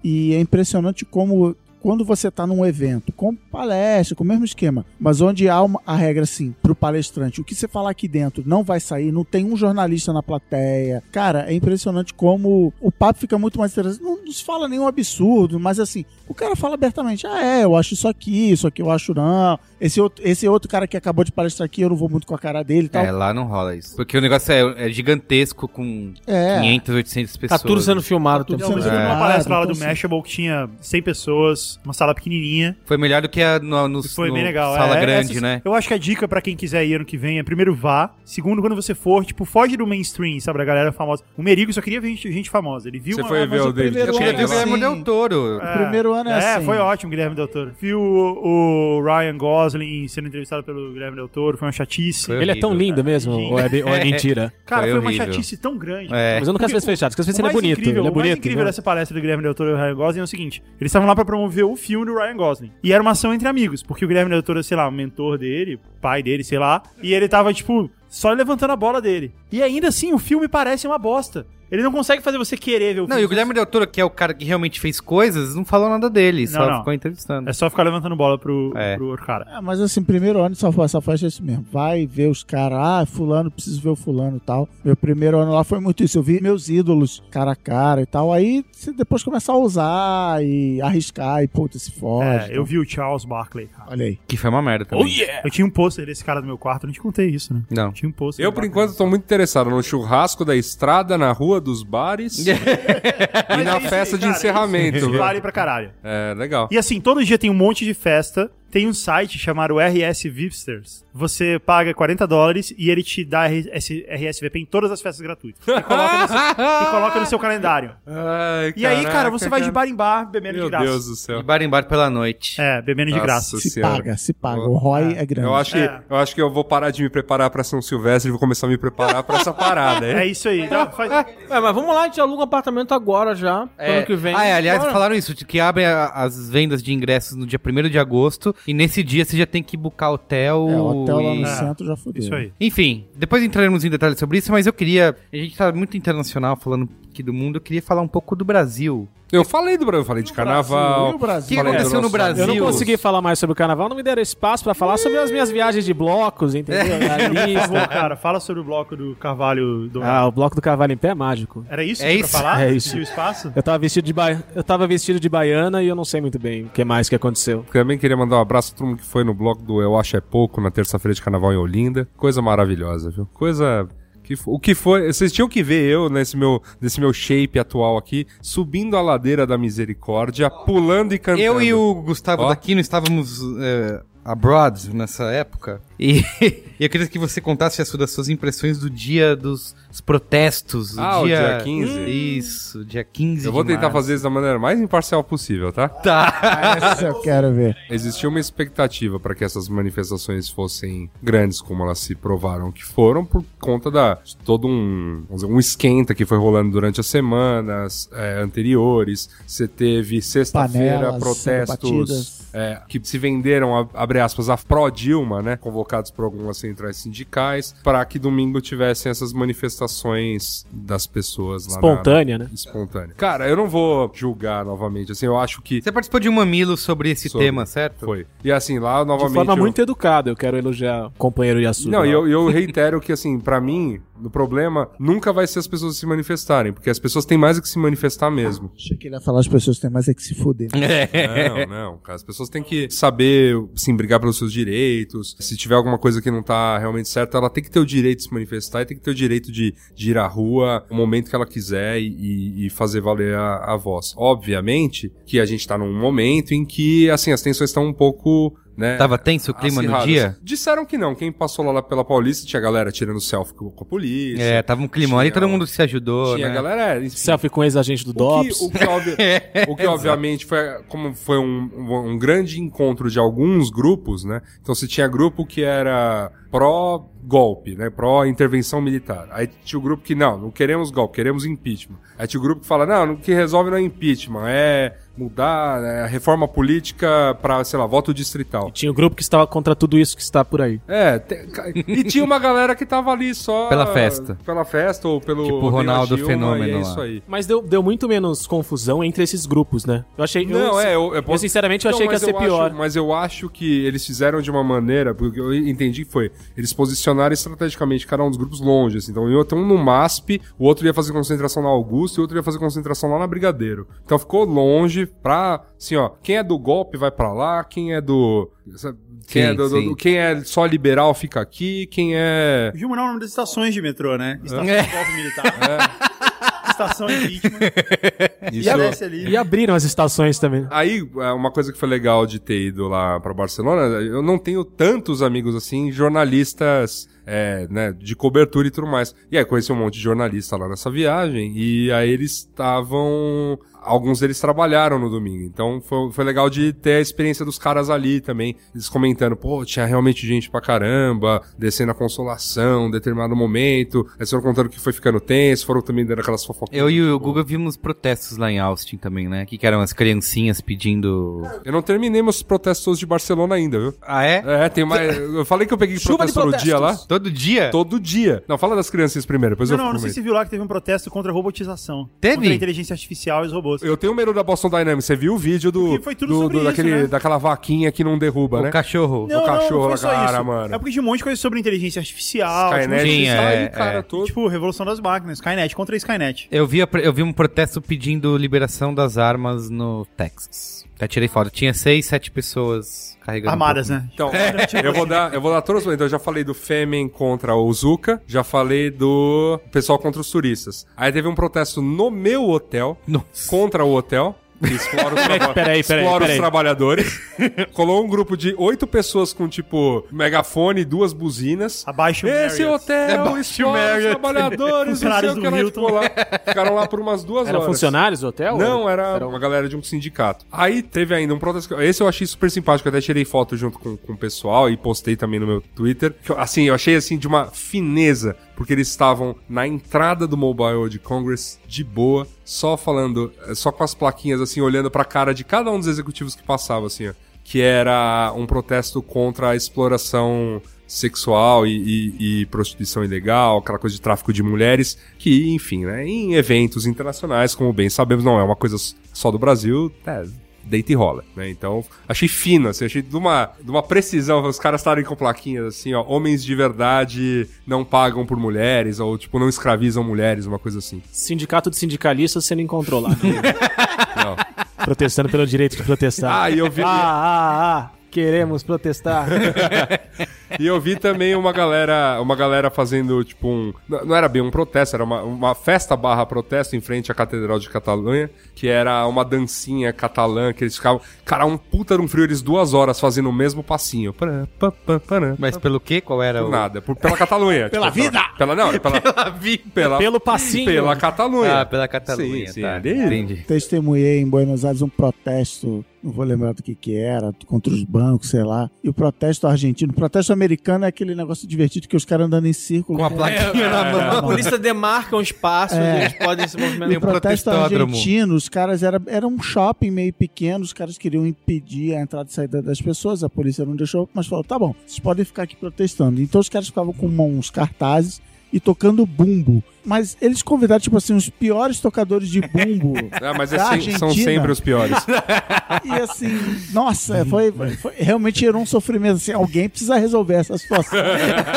S3: E é impressionante como, quando você está num evento, com palestra, com o mesmo esquema, mas onde há uma, a regra assim, para o palestrante, o que você falar aqui dentro não vai sair, não tem um jornalista na plateia. Cara, é impressionante como o papo fica muito mais interessante. Não, não se fala nenhum absurdo, mas assim, o cara fala abertamente: ah, é, eu acho isso aqui, isso aqui eu acho não. Esse outro, esse outro cara que acabou de palestrar aqui, eu não vou muito com a cara dele e tal.
S2: É, lá não rola isso. Porque o negócio é, é gigantesco com
S3: É.
S2: 500, 800
S6: Tá
S2: pessoas.
S6: tudo sendo filmado.
S3: Tá Tudo então,
S6: Tudo
S5: Não, então, mas eu fui
S2: né?
S5: numa palestra
S3: Ah,
S5: lá do
S3: assim.
S5: Mashable que tinha 100 pessoas, uma sala pequenininha.
S2: Foi melhor do que a no, no-
S5: E foi
S2: no
S5: bem legal.
S2: sala
S5: É,
S2: grande,
S5: essas-
S2: né?
S5: Eu acho que a dica pra quem quiser ir ano que vem é primeiro vá. Segundo, quando você for, tipo, foge do mainstream, sabe? A galera famosa. O Merigo só queria ver gente, gente famosa. Ele viu
S4: Você
S5: uma-
S4: foi
S5: ah,
S4: ver
S5: mas
S4: o
S5: eu-
S4: David.
S3: primeiro
S2: Eu queria
S3: ano
S2: ver o
S3: é
S2: Guilherme
S3: assim.
S2: Del Toro.
S5: É,
S3: primeiro ano é assim.
S5: foi ótimo, Guilherme Del Toro. Viu o, o Ryan Gosling sendo entrevistado pelo Guilherme Del Toro, foi uma chatice.
S2: Foi
S9: Ele é tão
S2: horrível.
S9: lindo mesmo, ou é, be- ou é mentira?
S5: Cara,
S2: Foi
S5: foi, uma
S2: horrível.
S5: chatice tão grande.
S2: É.
S9: Mas eu não quero ver esse fechado, quero ver se
S5: O
S9: ele é
S5: mais
S9: bonito.
S5: incrível,
S9: ele é
S5: o mais
S9: bonito.
S5: incrível
S9: né?
S5: dessa palestra do Guilherme Del Toro e do Ryan Gosling é o seguinte: eles estavam lá pra promover o filme do Ryan Gosling. E era uma ação entre amigos, porque o Guilherme Del Toro, sei lá, o mentor dele, pai dele, sei lá, e ele tava, tipo, só levantando a bola dele. E ainda assim, o filme parece uma bosta. Ele não consegue fazer você querer ver o
S2: Não,
S5: filme.
S2: e o Guilherme Del Toro, que é o cara que realmente fez coisas, não falou nada dele, só
S5: Não, não.
S2: ficou entrevistando.
S5: É só ficar levantando bola pro,
S2: É.
S5: pro outro cara.
S3: É, mas assim, primeiro ano de Salvador, essa festa é isso mesmo. Vai ver os caras, ah, fulano, preciso ver o fulano e tal. Meu primeiro ano lá foi muito isso. Eu vi meus ídolos cara a cara e tal. Aí você depois começa a usar e arriscar e puta, se
S5: É,
S3: fode.
S5: eu vi o Charles Barkley, cara.
S3: Olha aí.
S2: Que foi uma merda
S4: Oh,
S2: também.
S5: Eu tinha um pôster desse cara no meu quarto, eu não te contei isso, né?
S2: Não.
S5: Tinha um pôster.
S4: Eu,
S5: do
S4: por
S5: Barkley.
S4: enquanto, tô muito interessado no churrasco da estrada, na rua dos bares e
S5: Mas é
S4: na
S5: isso aí,
S4: festa de
S5: cara,
S4: encerramento.
S5: Isso
S4: viu?
S5: vale pra caralho.
S4: É, legal.
S5: E assim, todo dia tem um monte de festa. Tem um site chamado RS Vipsters. Você paga 40 dólares e ele te dá RS, RSVP em todas as festas gratuitas. E coloca no seu, e coloca no seu calendário.
S4: Ai,
S5: E aí, cara,
S4: caraca,
S5: você vai de bar em bar bebendo
S4: Meu
S5: de graça.
S4: Deus do
S2: E
S4: céu.
S2: bar em bar pela noite.
S5: É, bebendo de
S4: Nossa
S5: graça.
S3: Se
S4: Senhora.
S3: paga, se paga. O ROI é grande.
S4: Eu acho, que,
S5: É.
S4: eu acho que eu vou parar de me preparar pra São Silvestre e vou começar a me preparar pra essa parada,
S5: É
S4: hein?
S5: isso aí. Dá- faz-
S6: É, mas vamos lá, a gente aluga um apartamento agora já.
S2: É.
S6: Ano que vem.
S2: Ah, é, aliás,
S6: Bora.
S2: falaram isso, de que abrem a- as vendas de ingressos no dia 1 de agosto, e nesse dia você já tem que bucar hotel.
S3: É, o hotel lá
S2: e-
S3: no
S5: É.
S3: centro já fudeu.
S5: Isso aí.
S2: Enfim, depois entraremos em detalhes sobre isso, mas eu queria. A gente tá muito internacional falando aqui do mundo, eu queria falar um pouco do Brasil.
S4: Eu falei do Brasil, eu falei de
S3: E o
S4: carnaval.
S2: O
S3: Brasil?
S2: que
S4: Fala aí,
S2: aconteceu no
S4: Brasil.
S2: Brasil?
S9: Eu não consegui falar mais sobre o carnaval, não me deram espaço pra falar sobre as minhas viagens de blocos, entendeu? A
S5: Por favor,
S9: lista.
S5: Tá cara, fala sobre o bloco do Carvalho do.
S9: Ah, o bloco do cavalo em pé é mágico.
S5: Era isso
S2: É
S5: pra
S2: isso,
S5: falar?
S9: é isso.
S5: Tinha o espaço?
S9: Eu tava vestido de ba... eu tava vestido de baiana e eu não sei muito bem o que mais que aconteceu.
S4: Também queria mandar um abraço a todo mundo que foi no bloco do Eu Acho É Pouco, na terça-feira de carnaval em Olinda. Coisa maravilhosa, viu? Coisa. Que fo- O que foi? Vocês tinham que ver eu nesse meu, nesse meu shape atual aqui, subindo a ladeira da misericórdia, pulando e cantando.
S2: Eu e o Gustavo
S4: Ó.
S2: daqui não estávamos é, abroad nessa época. E eu queria que você contasse as suas- das suas impressões do dia dos protestos. Hum.
S4: Ah, o dia 15.
S2: Isso, dia 15
S4: Eu vou
S2: de
S4: tentar
S2: março.
S4: fazer isso da maneira mais imparcial possível, tá?
S3: Essa eu quero ver.
S4: Existia uma expectativa para que essas manifestações fossem grandes, como elas se provaram que foram, por conta da de todo um, vamos dizer, um esquenta que foi rolando durante as semanas eh, anteriores. Você teve sexta-feira
S3: Panelas sendo
S4: protestos
S3: batidas.
S4: eh, que se venderam, a- abre aspas, a pró-Dilma, né? Convocados por algumas centrais sindicais, para que domingo tivessem essas manifestações das pessoas lá na-
S9: Espontânea, né?
S4: Espontânea. Cara, eu não vou julgar novamente, assim, eu acho que
S2: Você participou de um mamilo sobre esse
S4: Sobre.
S2: tema, certo?
S4: foi. E assim, lá novamente.
S9: De forma
S4: eu-
S9: muito educada, eu quero elogiar o companheiro de assunto.
S4: Não, e eu, eu reitero que, assim, pra mim, o problema nunca vai ser as pessoas se manifestarem, porque as pessoas têm mais é que se manifestar mesmo.
S3: Achei que ele ia falar as pessoas têm mais é que se fuder.
S4: Não,
S9: É.
S4: não, cara. As pessoas têm que saber, sim, brigar pelos seus direitos. Se tiver alguma coisa que não tá realmente certa, ela tem que ter o direito de se manifestar e tem que ter o direito de, de ir à rua no momento que ela quiser e- e, e fazer valer a, a voz. Obviamente que a gente tá num momento em que, assim, as tensões estão um pouco, né?
S2: Tava tenso o clima
S4: acirradas.
S2: no dia?
S4: Disseram que não. Quem passou lá pela Paulista tinha galera tirando selfie com com a polícia.
S2: É, tava um climão ali,
S4: Tinha-
S2: todo mundo se ajudou,
S4: Tinha
S2: né?
S4: galera. é, enfim.
S9: Selfie com ex-agente do
S4: O que,
S9: DOPS.
S4: o que obvi- o que obviamente foi como foi um, um- um grande encontro de alguns grupos, né? Então você tinha grupo que era pró golpe, né? Pró intervenção militar. Aí tinha o grupo que não, não queremos golpe, queremos impeachment. Aí tinha o grupo que fala não, o que resolve não é impeachment, é mudar né, a reforma política para sei lá voto distrital.
S9: Tinha o grupo que estava contra tudo isso que está por aí.
S4: É, te- ca- e tinha uma galera que tava ali só
S2: Pela festa.
S4: pela festa ou pelo
S2: Tipo o
S4: odeio a
S2: Ronaldo
S4: Dilma,
S2: Fenômeno
S4: e é
S2: lá.
S4: isso aí.
S9: Mas deu, deu muito menos confusão entre esses grupos, né? Eu achei.
S4: Não,
S9: eu,
S4: é, eu,
S9: eu sinceramente eu achei que ia
S4: mas
S9: ser
S4: eu
S9: pior.
S4: acho- mas eu acho que eles fizeram de uma maneira, porque eu entendi que foi, eles posicionaram estrategicamente cada um dos grupos longe, assim. Então, ia ter um no MASP, o outro ia fazer concentração na Augusta e o outro ia fazer concentração lá na Brigadeiro. Então, ficou longe pra, assim, ó, quem é do golpe vai pra lá, quem é do... sabe, Quem,
S2: Sim,
S4: é do- do-
S2: sim.
S4: do- quem é só liberal fica aqui, quem é...
S5: Gilma não é o nome das estações de metrô, né? Estação
S2: É.
S5: de golpe militar. Estação impeachment.
S4: Isso-
S5: E desce ali.
S9: E abriram as estações também.
S4: Aí, é, uma coisa que foi legal de ter ido lá pra Barcelona, eu não tenho tantos amigos assim, jornalistas, é, né, de cobertura e tudo mais. E aí, conheci um monte de jornalista lá nessa viagem, e aí eles estavam. Alguns deles trabalharam no domingo, então foi, foi legal de ter a experiência dos caras ali também. Eles comentando, pô, tinha realmente gente pra caramba, descendo a consolação, em determinado momento. Aí foram contando que foi ficando tenso, foram também dando aquelas fofocas.
S2: Eu e o Guga vimos protestos lá em Austin também, né? Que, que eram as criancinhas pedindo...
S4: Eu não terminei meus protestos de Barcelona ainda, viu?
S2: Ah, é?
S4: É, tem uma. Eu falei que eu peguei
S9: Chuva de
S4: protesto todo dia lá.
S9: protestos.
S2: Todo dia?
S4: Todo dia. Não, fala das crianças primeiro, depois
S5: É. Não,
S4: eu
S5: não,
S4: fico
S5: não
S4: com
S5: sei se
S4: medo.
S5: você viu lá que teve um protesto contra a robotização.
S2: Teve?
S5: Contra a inteligência artificial e os robôs.
S4: Eu tenho o medo da Boston Dynamics. Você viu o vídeo do.
S5: Porque foi tudo
S4: do- do-
S5: sobre isso,
S4: daquele,
S5: né?
S4: Daquela vaquinha que não derruba,
S2: O
S4: né?
S2: cachorro.
S5: não,
S4: o cachorro
S5: não, não
S4: na
S5: foi só
S4: cara,
S5: isso.
S4: mano.
S5: É porque de um monte de coisa sobre inteligência artificial. um
S4: Skynet
S2: Sim,
S4: tá
S2: é,
S4: aí, cara,
S2: é.
S4: todo.
S5: Ah, Tipo, revolução das máquinas. Skynet contra a Skynet.
S2: Eu vi, a pre- eu vi um protesto pedindo liberação das armas no Texas. Até tirei foto. Tinha seis, sete pessoas carregando.
S5: Armadas, né?
S4: Então, eu vou dar, eu vou dar todos os. Então, eu já falei do Femen contra o Zuka, já falei do pessoal contra os turistas. Aí teve um protesto no meu hotel
S2: Nossa.
S4: contra o hotel. Que explora os, traba-
S9: peraí, peraí,
S4: explora os
S9: peraí.
S4: trabalhadores. Colou um grupo de oito pessoas com, tipo, megafone, duas buzinas.
S5: Abaixo o
S4: Esse
S5: Marriott.
S4: hotel, explora os trabalhadores, não sei
S5: Funcionários
S4: o que
S5: do
S4: lá,
S5: Hilton.
S4: ficou lá. Ficaram lá por umas duas
S9: Eram
S4: horas.
S9: funcionários do hotel?
S4: Não, era, uma galera de um sindicato. Aí teve ainda um protesto. Esse eu achei super simpático. Eu até tirei foto junto com, com o pessoal e postei também no meu Twitter. Que eu- Assim, eu achei assim de uma fineza. Porque eles estavam na entrada do Mobile World Congress, de boa, só falando, eh, só com as plaquinhas assim, olhando pra cara de cada um dos executivos que passava, assim, ó. Que era um protesto contra a exploração sexual e, e- e prostituição ilegal, aquela coisa de tráfico de mulheres, que, enfim, né, em eventos internacionais, como bem sabemos, não é uma coisa s- só do Brasil, é, deita e rola, né? Então, achei fino, assim, achei de uma, de uma precisão, os caras estarem com plaquinhas assim, ó, homens de verdade não pagam por mulheres, ou, tipo, não escravizam mulheres, uma coisa assim.
S9: Sindicato de sindicalistas sendo incontrolável. Protestando pelo direito de protestar.
S4: Ah, e eu vi...
S9: Ah, ah, ah.
S8: Queremos protestar.
S4: E eu vi também uma galera, uma galera fazendo, tipo, um. n- Não era bem um protesto, era uma, uma festa barra protesto em frente à Catedral de Catalunha, que era uma dancinha catalã, que eles ficavam. Cara, um puta de um frio, eles duas horas fazendo o mesmo passinho. Parã, pã, pã, parã.
S2: Mas pelo quê? Qual era
S4: Por
S2: o...
S4: nada, por, pela Catalunha. pela vida! Pela, não, pela, pela vida. Pela,
S8: Pelo passinho.
S4: pela Catalunha.
S2: Ah, pela Catalunha,
S4: Sim, sim,
S2: tá.
S4: ali-
S2: Entendi.
S3: Testemunhei em Buenos Aires um protesto, não vou lembrar do que que era, contra os bancos, sei lá. E o protesto argentino, o protesto americano é aquele negócio divertido que os caras andando em
S4: É,
S3: círculo.
S2: Com a plaquinha na mão.
S6: A polícia demarca um espaço
S3: É.
S6: eles podem se
S3: E
S2: Tem
S3: o
S2: um
S6: movimentar.
S3: protesto
S2: protestódromo.
S3: argentino, os caras era, era um shopping meio pequeno, os caras queriam impedir a entrada e saída das pessoas, a polícia não deixou, mas falou: tá bom, vocês podem ficar aqui protestando. Então os caras ficavam com uma- uns cartazes e tocando bumbo. Mas eles convidaram, tipo assim, os piores tocadores de bumbo.
S4: Ah, mas é
S3: Da
S4: sem- são
S3: Argentina.
S4: sempre os piores.
S3: e assim, nossa, foi, foi- realmente era um sofrimento. Assim, alguém precisa resolver essa situação.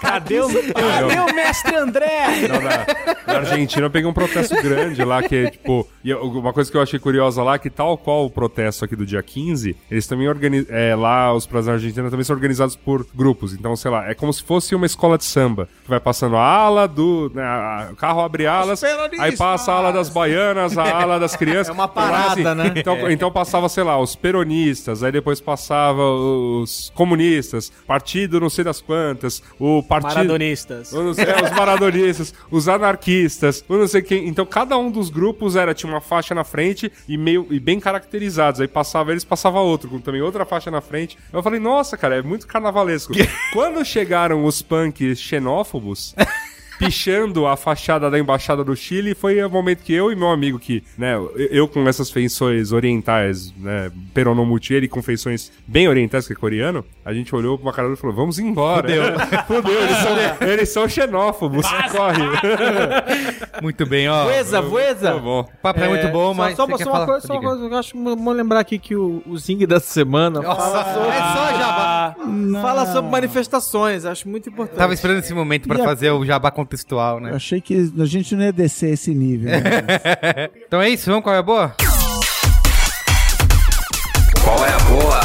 S8: Cadê o, cadê o mestre André?
S4: Não, na, na Argentina eu peguei um protesto grande lá, que, tipo, e eu- uma coisa que eu achei curiosa lá, é que tal qual o protesto aqui do dia 15, eles também organizam, lá os protestos na Argentina também são organizados por grupos, então, sei lá, é como se fosse uma escola de samba, que vai passando a ala do, né, a- a- o carro abre alas, aí passa a ala das baianas, a ala das crianças. É uma
S6: parada, né?
S4: Então, então passava, sei lá, os peronistas, aí depois passava os comunistas, partido não sei das quantas, o partido...
S9: Maradonistas.
S4: Eu não sei, os maradonistas, os anarquistas, eu não sei quem. Então cada um dos grupos era tinha uma faixa na frente e meio e bem caracterizados. Aí passava eles, passava outro, com também outra faixa na frente. Eu falei: "Nossa, cara, é muito carnavalesco". Quando chegaram os punks xenófobos, pichando a fachada da embaixada do Chile foi o momento que eu e meu amigo que né eu, eu com essas feições orientais né peronomuti ele com feições bem orientais que é coreano a gente olhou pra uma cara dele e falou vamos embora
S2: né?
S4: fudeu eles são, eles são xenófobos corre
S2: Muito bem, ó.
S6: Voeza, voeza.
S4: tá bom
S2: O papo é, muito bom, mas...
S6: Só, só,
S2: você quer
S6: uma- só uma
S2: falar?
S6: coisa, só uma
S2: Diga.
S6: coisa. Eu acho que vamos lembrar aqui que o, o Zing dessa semana
S2: Nossa, é só jabá.
S6: fala sobre manifestações. Acho muito importante.
S2: Tava esperando esse momento pra
S3: E a-
S2: fazer o jabá contextual,
S3: Eu
S2: né?
S3: achei que a gente não ia descer esse nível.
S2: É,
S3: né?
S2: Então é isso, vamos qual é a boa?
S7: Qual é a boa?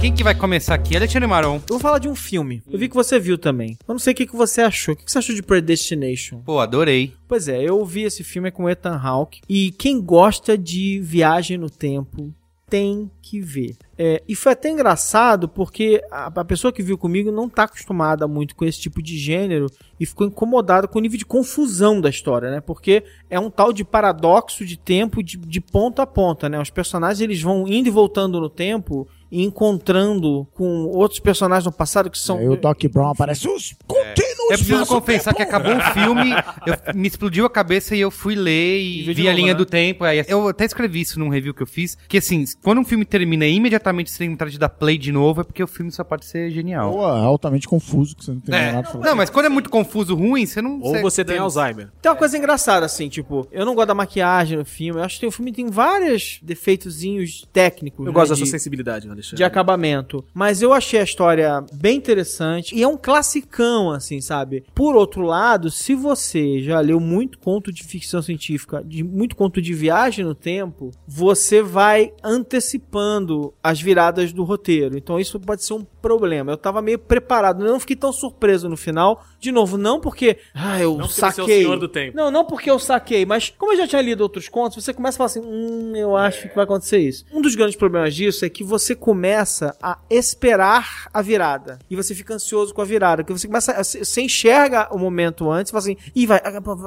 S2: Quem que vai começar aqui? Alexandre Maron.
S6: Eu vou falar de um filme. Eu vi que você viu também. Eu não sei o que, que você achou. O que que você achou de Predestination?
S2: Pô, adorei.
S6: Pois é, eu vi esse filme com o Ethan Hawke. E quem gosta de viagem no tempo tem que ver. É, e foi até engraçado porque a, a pessoa que viu comigo não tá acostumada muito com esse tipo de gênero e ficou incomodada com o nível de confusão da história, né? Porque é um tal de paradoxo de tempo de, de ponta a ponta, né? Os personagens eles vão indo e voltando no tempo e encontrando com outros personagens no passado que são
S9: É,
S3: Aí o Doc Brown aparece. Os contínuos
S2: Eu É. preciso
S3: versus
S2: confessar que acabou o filme, eu- me explodiu a cabeça e eu fui ler
S6: E
S2: e
S6: viu de
S2: vi a
S6: novo,
S2: linha
S6: né?
S2: do tempo. Aí assim, eu até escrevi isso num review que eu fiz, que assim, quando um filme termina e imediatamente você tem vontade de dar play de novo, é porque o filme só pode ser genial.
S3: Pô, é altamente confuso, que você não tem
S2: É.
S3: nada pra falar.
S2: Não, mas quando é muito confuso, ruim, você não...
S9: Ou você tem Alzheimer.
S6: Tem uma coisa engraçada, assim, tipo, eu não gosto da maquiagem no filme. Eu acho que o filme tem vários defeitozinhos técnicos.
S9: Eu
S6: né,
S9: gosto da
S6: de-
S9: sua sensibilidade, Alexandre.
S6: de acabamento. Mas eu achei a história bem interessante e é um classicão, assim, sabe? Por outro lado, se você já leu muito conto de ficção científica, de muito conto de viagem no tempo, você vai antecipando as viradas do roteiro. Então isso pode ser um problema. Eu tava meio preparado, eu não fiquei tão surpreso no final. De novo, não porque, ah, eu
S9: Não porque você é o
S6: saquei.
S9: senhor do tempo.
S6: Não, não porque eu saquei, mas como eu já tinha lido outros contos, você começa a falar assim, hum, eu acho que vai acontecer isso. Um dos grandes problemas disso é que você começa a esperar a virada. E você fica ansioso com a virada. Porque você começa, a- você enxerga o momento antes e fala assim, ih, vai,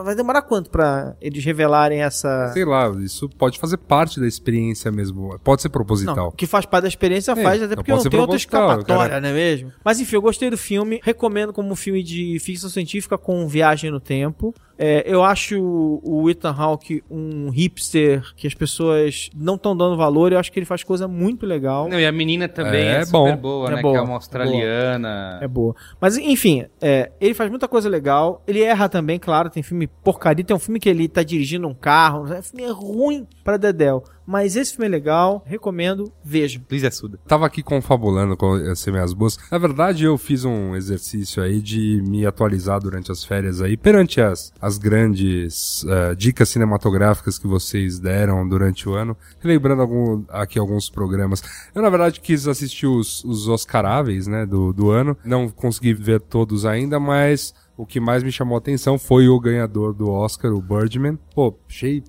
S6: vai demorar quanto pra eles revelarem essa...
S4: sei lá isso pode fazer parte da experiência mesmo pode ser
S6: Não,
S4: proposital
S6: o que faz parte da experiência
S4: É,
S6: faz, até
S4: não
S6: porque
S4: pode
S6: não
S4: ser
S6: tem outra
S4: proposital,
S6: escapatória,
S4: cara.
S6: não é mesmo? Mas enfim, eu gostei do filme, recomendo como um filme de ficção científica com viagem no tempo. É, eu acho o- o Ethan Hawke um hipster que as pessoas não estão dando valor. Eu acho que ele faz coisa muito legal.
S2: Não, e a menina também é,
S4: É
S2: super
S4: bom.
S2: boa,
S6: É
S2: né?
S6: boa.
S2: Que é uma australiana.
S6: É boa. Mas, enfim, é, ele faz muita coisa legal. Ele erra também, claro. Tem filme porcaria. Tem um filme que ele tá dirigindo um carro. O filme é ruim pra Dedel. Mas esse filme é legal. Recomendo. Vejam.
S2: Luiz Assuda.
S4: Tava aqui confabulando com as minhas boas. Na verdade, eu fiz um exercício aí de me atualizar durante as férias aí, perante as, as grandes eh, dicas cinematográficas que vocês deram durante o ano, lembrando algum- aqui alguns programas. Eu, na verdade, quis assistir os, os Oscaráveis, né, do, do ano. Não consegui ver todos ainda, mas o que mais me chamou a atenção foi o ganhador do Oscar, o Birdman. Pô, achei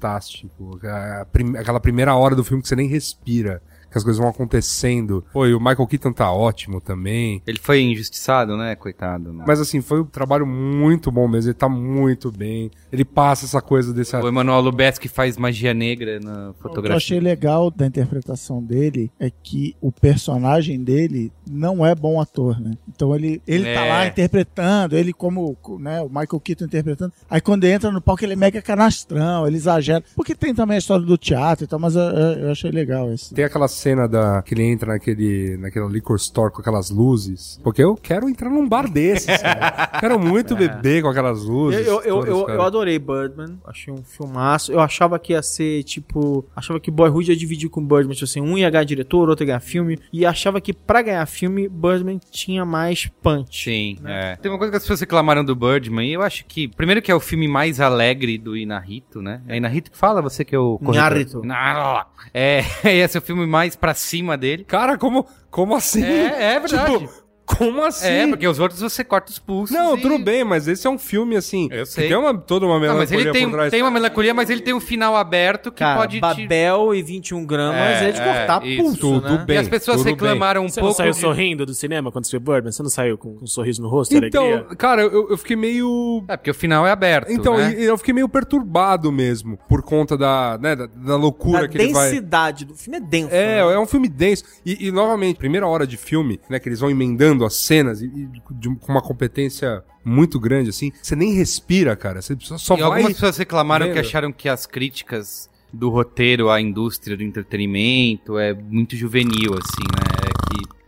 S4: fantástico. A prim- aquela primeira hora do filme que você nem respira que as coisas vão acontecendo. Pô, e o Michael Keaton tá ótimo também.
S2: Ele foi injustiçado, né? Coitado. né?
S4: Mas assim, foi um trabalho muito bom mesmo, ele tá muito bem. Ele passa essa coisa desse
S2: O Emanuel Lubezki faz magia negra na
S3: O que eu achei
S2: fotografia.
S3: legal da interpretação dele é que o personagem dele não é bom ator, né? Então ele, ele tá
S2: É.
S3: lá interpretando, ele como né, o Michael Keaton interpretando. Aí quando ele entra no palco ele é mega canastrão, ele exagera. Porque tem também a história do teatro e tal, mas eu, eu- eu achei legal esse.
S4: Tem aquela cena da que ele entra naquele, naquela liquor store com aquelas luzes. Porque eu quero entrar num bar desses, cara. quero
S2: É.
S4: muito beber com aquelas
S6: Eu,
S4: luzes.
S6: eu, eu,
S4: todas,
S6: eu,
S4: cara.
S6: eu adorei Birdman. Achei um filmaço. Eu achava que ia ser, tipo... Achava que Boyhood ia dividir com Birdman. Tipo assim, um ia ganhar diretor, outro ia ganhar filme. E achava que pra ganhar filme, Birdman tinha mais punch.
S2: Sim, é. Tem uma coisa que as pessoas reclamaram do Birdman, e eu acho que, primeiro que é o filme mais alegre do Inarito, né? É Inarito que fala, você que é o... corretor.
S6: Inarritu.
S2: Inarritu. É, esse é o filme mais pra cima dele.
S4: Cara, como, como assim?
S2: É, é verdade.
S4: Tipo, como assim?
S2: É, porque os outros você corta os pulsos
S4: Não,
S2: e-
S4: tudo bem, mas esse é um filme assim.
S2: Eu
S4: que
S2: sei.
S4: Tem uma, toda uma
S2: Não,
S4: melancolia
S2: mas ele tem,
S4: por trás.
S2: tem uma melancolia, mas ele tem um final aberto que
S6: Cara,
S2: pode te-
S6: Babel e 21 gramas é, de cortar
S2: isso.
S6: pulso,
S4: Tudo
S6: né?
S2: E
S4: bem,
S2: as pessoas
S4: tudo bem.
S2: reclamaram um
S9: Você não
S2: pouco
S9: saiu
S2: de-
S9: sorrindo do cinema quando você viu Birdman? Você não saiu com, com um sorriso no rosto,
S4: Então,
S9: alegria?
S4: cara, eu, eu fiquei meio
S2: É, porque o final é aberto,
S4: Então,
S2: né?
S4: e- e eu fiquei meio perturbado mesmo, por conta da, né, da, da loucura
S6: A
S4: que ele vai...
S6: densidade do filme é denso.
S4: É,
S6: né?
S4: é um filme denso. E, e, novamente, primeira hora de filme, né, que eles vão emendando as cenas e, e de um- com uma competência muito grande, assim, você nem respira, cara. Você só, só
S2: e
S4: vai...
S2: algumas pessoas reclamaram
S4: Lembra?
S2: que acharam que as críticas do roteiro à indústria do entretenimento é muito juvenil, assim, né? É que.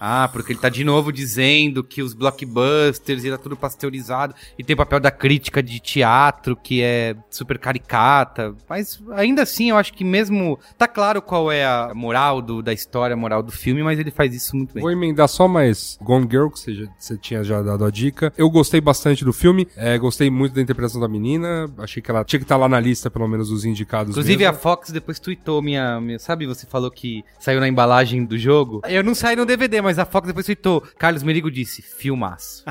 S2: Ah, porque ele tá de novo dizendo que os blockbusters era tudo pasteurizado e tem o papel da crítica de teatro que é super caricata. Mas ainda assim, eu acho que mesmo. Tá claro qual é a moral do- da história, a moral do filme, mas ele faz isso muito bem.
S4: Vou emendar só mais Gone Girl, que você, já- você tinha já dado a dica. Eu gostei bastante do filme, é, gostei muito da interpretação da menina, achei que ela tinha que estar lá na lista, pelo menos, dos indicados
S2: Inclusive
S4: mesmo.
S2: a Fox depois tweetou minha, minha- Sabe, você falou que saiu na embalagem do jogo? Eu não saí no DVD, mas a Fox depois tweetou. Carlos Merigo disse, filmaço.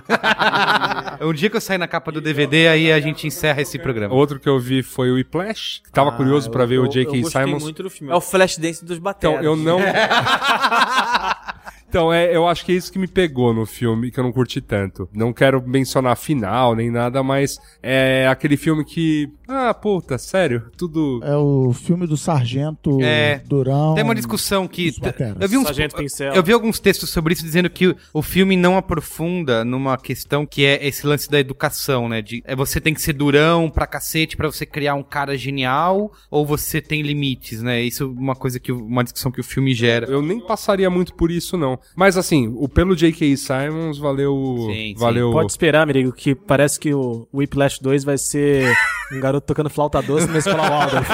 S2: um dia que eu sair na capa do DVD, aí a gente encerra esse programa.
S4: Outro que eu vi foi o Whiplash, que
S2: Ah,
S9: Ah,
S4: tava curioso pra ver o J.K. Simons.
S9: do filme.
S6: É o flash dance dos bateras.
S4: Então, eu não. então, é, eu acho que é isso que me pegou no filme, que eu não curti tanto. Não quero mencionar final nem nada, mas é aquele filme que. Ah, puta, sério, tudo.
S3: É o filme do Sargento
S2: É.
S3: Durão.
S2: Tem uma discussão que.
S3: Os Bateras.
S2: Eu vi, uns,
S9: Sargento Pincel.
S2: eu vi alguns textos sobre isso dizendo que o, o filme não aprofunda numa questão que é esse lance da educação, né? De é, você tem que ser durão pra cacete pra você criar um cara genial ou você tem limites, né? Isso é uma coisa que. o- uma discussão que o filme gera.
S4: Eu nem passaria muito por isso, não. Mas assim, o pelo J.K. Simons valeu.
S2: Sim, sim.
S4: valeu.
S9: Pode esperar, amigo, que parece que o Whiplash 2 vai ser um garoto tocando flauta doce na escola Waldorf.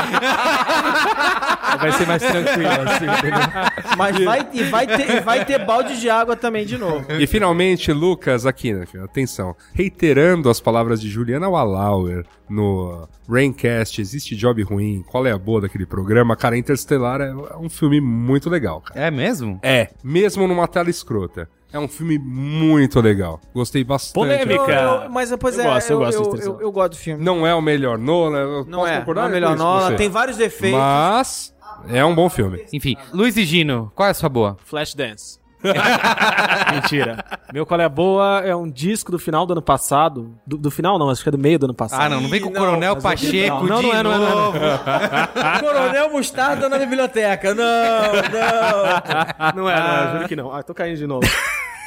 S9: vai ser mais tranquilo, assim, entendeu?
S6: Mas vai, e, vai ter, e vai ter balde de água também de novo.
S4: E finalmente, Lucas, aqui, né, filho? atenção. Reiterando as palavras de Juliana Wallauer no Raincast, existe job ruim, qual é a boa daquele programa? Cara, Interstellar é um filme muito legal, cara.
S2: É mesmo?
S4: É, mesmo numa tela escrota. É um filme muito legal. Gostei bastante.
S9: Polêmica.
S6: Eu- eu- mas pois é,
S9: Eu gosto, eu
S6: eu,
S9: gosto de
S6: eu,
S9: Interestelar.
S6: eu- eu gosto do filme.
S4: Não é o melhor Nolan, eu
S6: Não
S4: posso
S6: é, não
S4: concordar
S6: é melhor
S4: com isso com
S6: não.
S4: você.
S6: Ela tem vários defeitos.
S4: Mas é um bom filme.
S2: Enfim, Luiz e Gino, qual é a sua boa?
S9: Flashdance. Mentira. Meu qual é a boa é um disco do final do ano passado. Do, do final não, acho que é do meio do ano passado.
S2: Ah, não, não vem com o Coronel Pacheco
S9: Não, não
S2: de
S9: é, não é, não é,
S2: novo.
S6: Coronel Mostarda na biblioteca. Não, não.
S9: Ah, Não é, não é, eu juro que não. Ah, tô caindo de novo.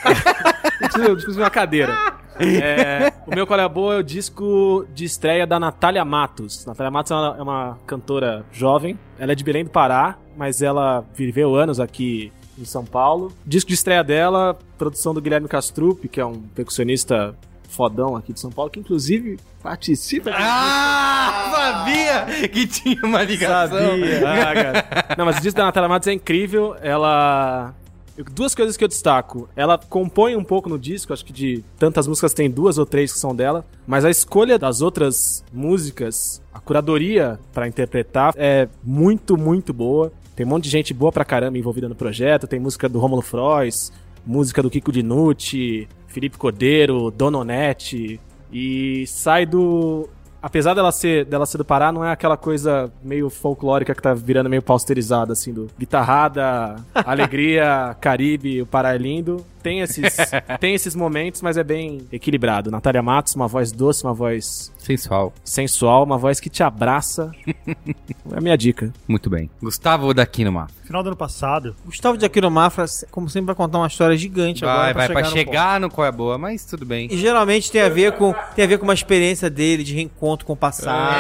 S9: eu preciso, eu preciso de uma cadeira. É, o meu Qual é a Boa é o disco de estreia da Natália Matos. Natália Matos é uma, é uma cantora jovem. Ela é de Belém do Pará, mas ela viveu anos aqui em São Paulo. Disco de estreia dela, produção do Guilherme Castrup, que é um percussionista fodão aqui de São Paulo, que inclusive participa.
S2: Ah, sabia que tinha uma ligação.
S9: Ah, cara. Não, mas o disco da Natália Matos é incrível. Ela. eu- Duas coisas que eu destaco. Ela compõe um pouco no disco, acho que de tantas músicas tem duas ou três que são dela, mas a escolha das outras músicas, a curadoria pra interpretar é muito, muito boa. Tem um monte de gente boa pra caramba envolvida no projeto, tem música do Romulo Frois, música do Kiko Dinucci, Felipe Cordeiro, Dononete, e sai do. Apesar dela ser, dela ser do Pará, não é aquela coisa meio folclórica que tá virando meio pausterizada, assim, do guitarrada, alegria, Caribe, o Pará é lindo. Tem esses, tem esses momentos, mas é bem equilibrado. Natália Matos, uma voz doce, uma voz
S2: Sensual.
S9: sensual, uma voz que te abraça. é a minha dica.
S2: Muito bem. Gustavo daqui numa.
S5: Final do ano passado,
S6: Gustavo de Aquino Mafra, como sempre, vai contar uma história gigante
S2: Vai,
S6: agora.
S2: vai, pra
S6: no ponto.
S2: chegar no qual é a boa, mas tudo bem.
S6: E geralmente tem a ver com tem a ver com uma experiência dele de reencontro com o passado.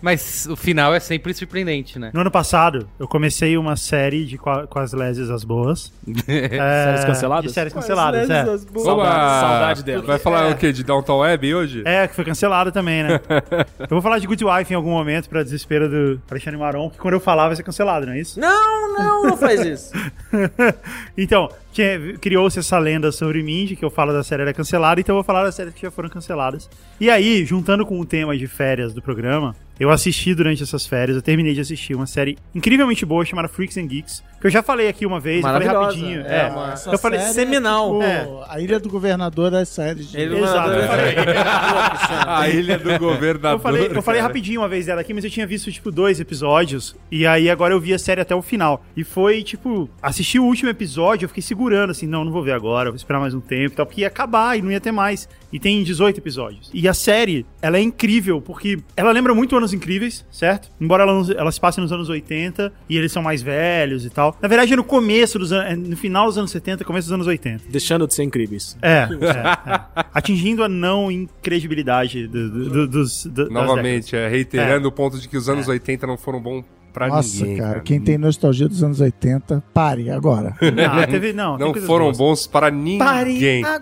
S2: Mas o final é sempre surpreendente, né?
S5: no ano passado, eu comecei uma série de qua- com as leses as boas. É,
S9: Séries canceladas?
S5: de séries canceladas, é.
S4: Oba!
S9: Saudade, saudade dela.
S4: Vai falar o quê? De Downtown Web hoje?
S5: É, que foi cancelada também, né? eu vou falar de Good Wife em algum momento, pra desespero do Alexandre Maron, que quando eu falar vai ser cancelado, não é isso?
S6: Não, não, não faz isso.
S5: então, tinha- criou-se essa lenda sobre mim, de que eu falo da série era cancelada, então eu vou falar das séries que já foram canceladas. E aí, juntando com o tema de férias do programa, eu assisti durante essas férias, eu terminei de assistir uma série incrivelmente boa chamada Freaks and Geeks, que eu já falei aqui uma vez, eu falei
S6: Maravilhosa.
S5: rapidinho.
S6: É,
S5: é.
S6: uma-
S5: Eu falei,
S3: série é
S6: seminal.
S3: tipo
S5: É.
S3: A Ilha do Governador das séries. de-
S6: Ele
S5: Exato, eu falei.
S4: A ilha do governador.
S5: Eu falei, eu falei
S4: cara.
S5: rapidinho uma vez dela aqui, mas eu tinha visto, tipo, dois episódios. E aí agora eu vi a série até o final. E foi, tipo, assisti o último episódio, eu fiquei segurando, assim, não, não vou ver agora, vou esperar mais um tempo e tal, porque ia acabar e não ia ter mais. E tem 18 episódios. E a série, ela é incrível, porque ela lembra muito Anos Incríveis, certo? Embora ela, não- ela se passe nos anos 80 e eles são mais velhos e tal. Na verdade, é no começo dos anos. No final dos anos 70, começo dos anos 80.
S9: Deixando de ser incríveis.
S5: É, é, é. Atingindo a não incredibilidade do, do, do, dos. do- das décadas.
S4: Novamente, é, reiterando o ponto de que os
S2: É.
S4: anos 80 não foram bons pra
S3: Nossa,
S4: ninguém.
S3: cara, quem tem nostalgia dos anos 80, pare agora.
S5: Não, teve, não, tem
S4: Não
S5: coisas
S4: foram
S5: boas.
S4: bons para ninguém.
S2: Ah!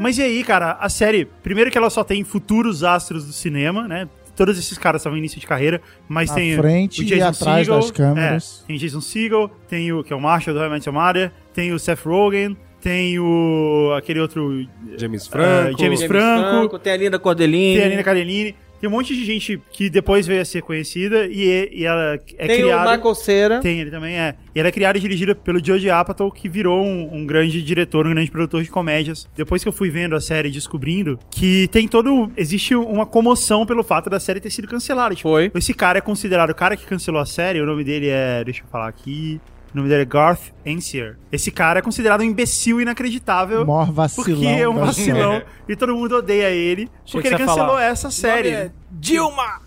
S5: Mas e aí, cara, a série, primeiro que ela só tem futuros astros do cinema, né? Todos esses caras estavam em início de carreira, mas
S3: Na
S5: tem
S3: frente e atrás das câmeras.
S5: é, tem Jason Segel, tem o que é o Marshall do How I Met Your Mother, tem o Seth Rogen, tem o aquele outro
S4: James Franco.
S5: É, James Franco.
S6: tem a Linda Cordelini.
S5: tem a Nina Cadelini, tem um monte de gente que depois veio a ser conhecida e, é- e ela é
S6: tem
S5: criada
S6: o Michael Cera.
S5: tem, ele também é. E ela é criada e dirigida pelo George Apatow, que virou um, um grande diretor, um grande produtor de comédias. Depois que eu fui vendo a série e descobrindo que tem todo. Existe uma comoção pelo fato da série ter sido cancelada. Tipo,
S6: Foi.
S5: esse cara é considerado o cara que cancelou a série, o nome dele é. Deixa eu falar aqui. O nome dele é Garth Ensier. Esse cara é considerado um imbecil inacreditável.
S3: Mor vacilão.
S5: Porque é um
S3: da-
S5: vacilão e todo mundo odeia ele
S9: Achei
S5: porque
S9: que
S5: ele
S9: você ia falar.
S5: cancelou essa série.
S6: é Dilma!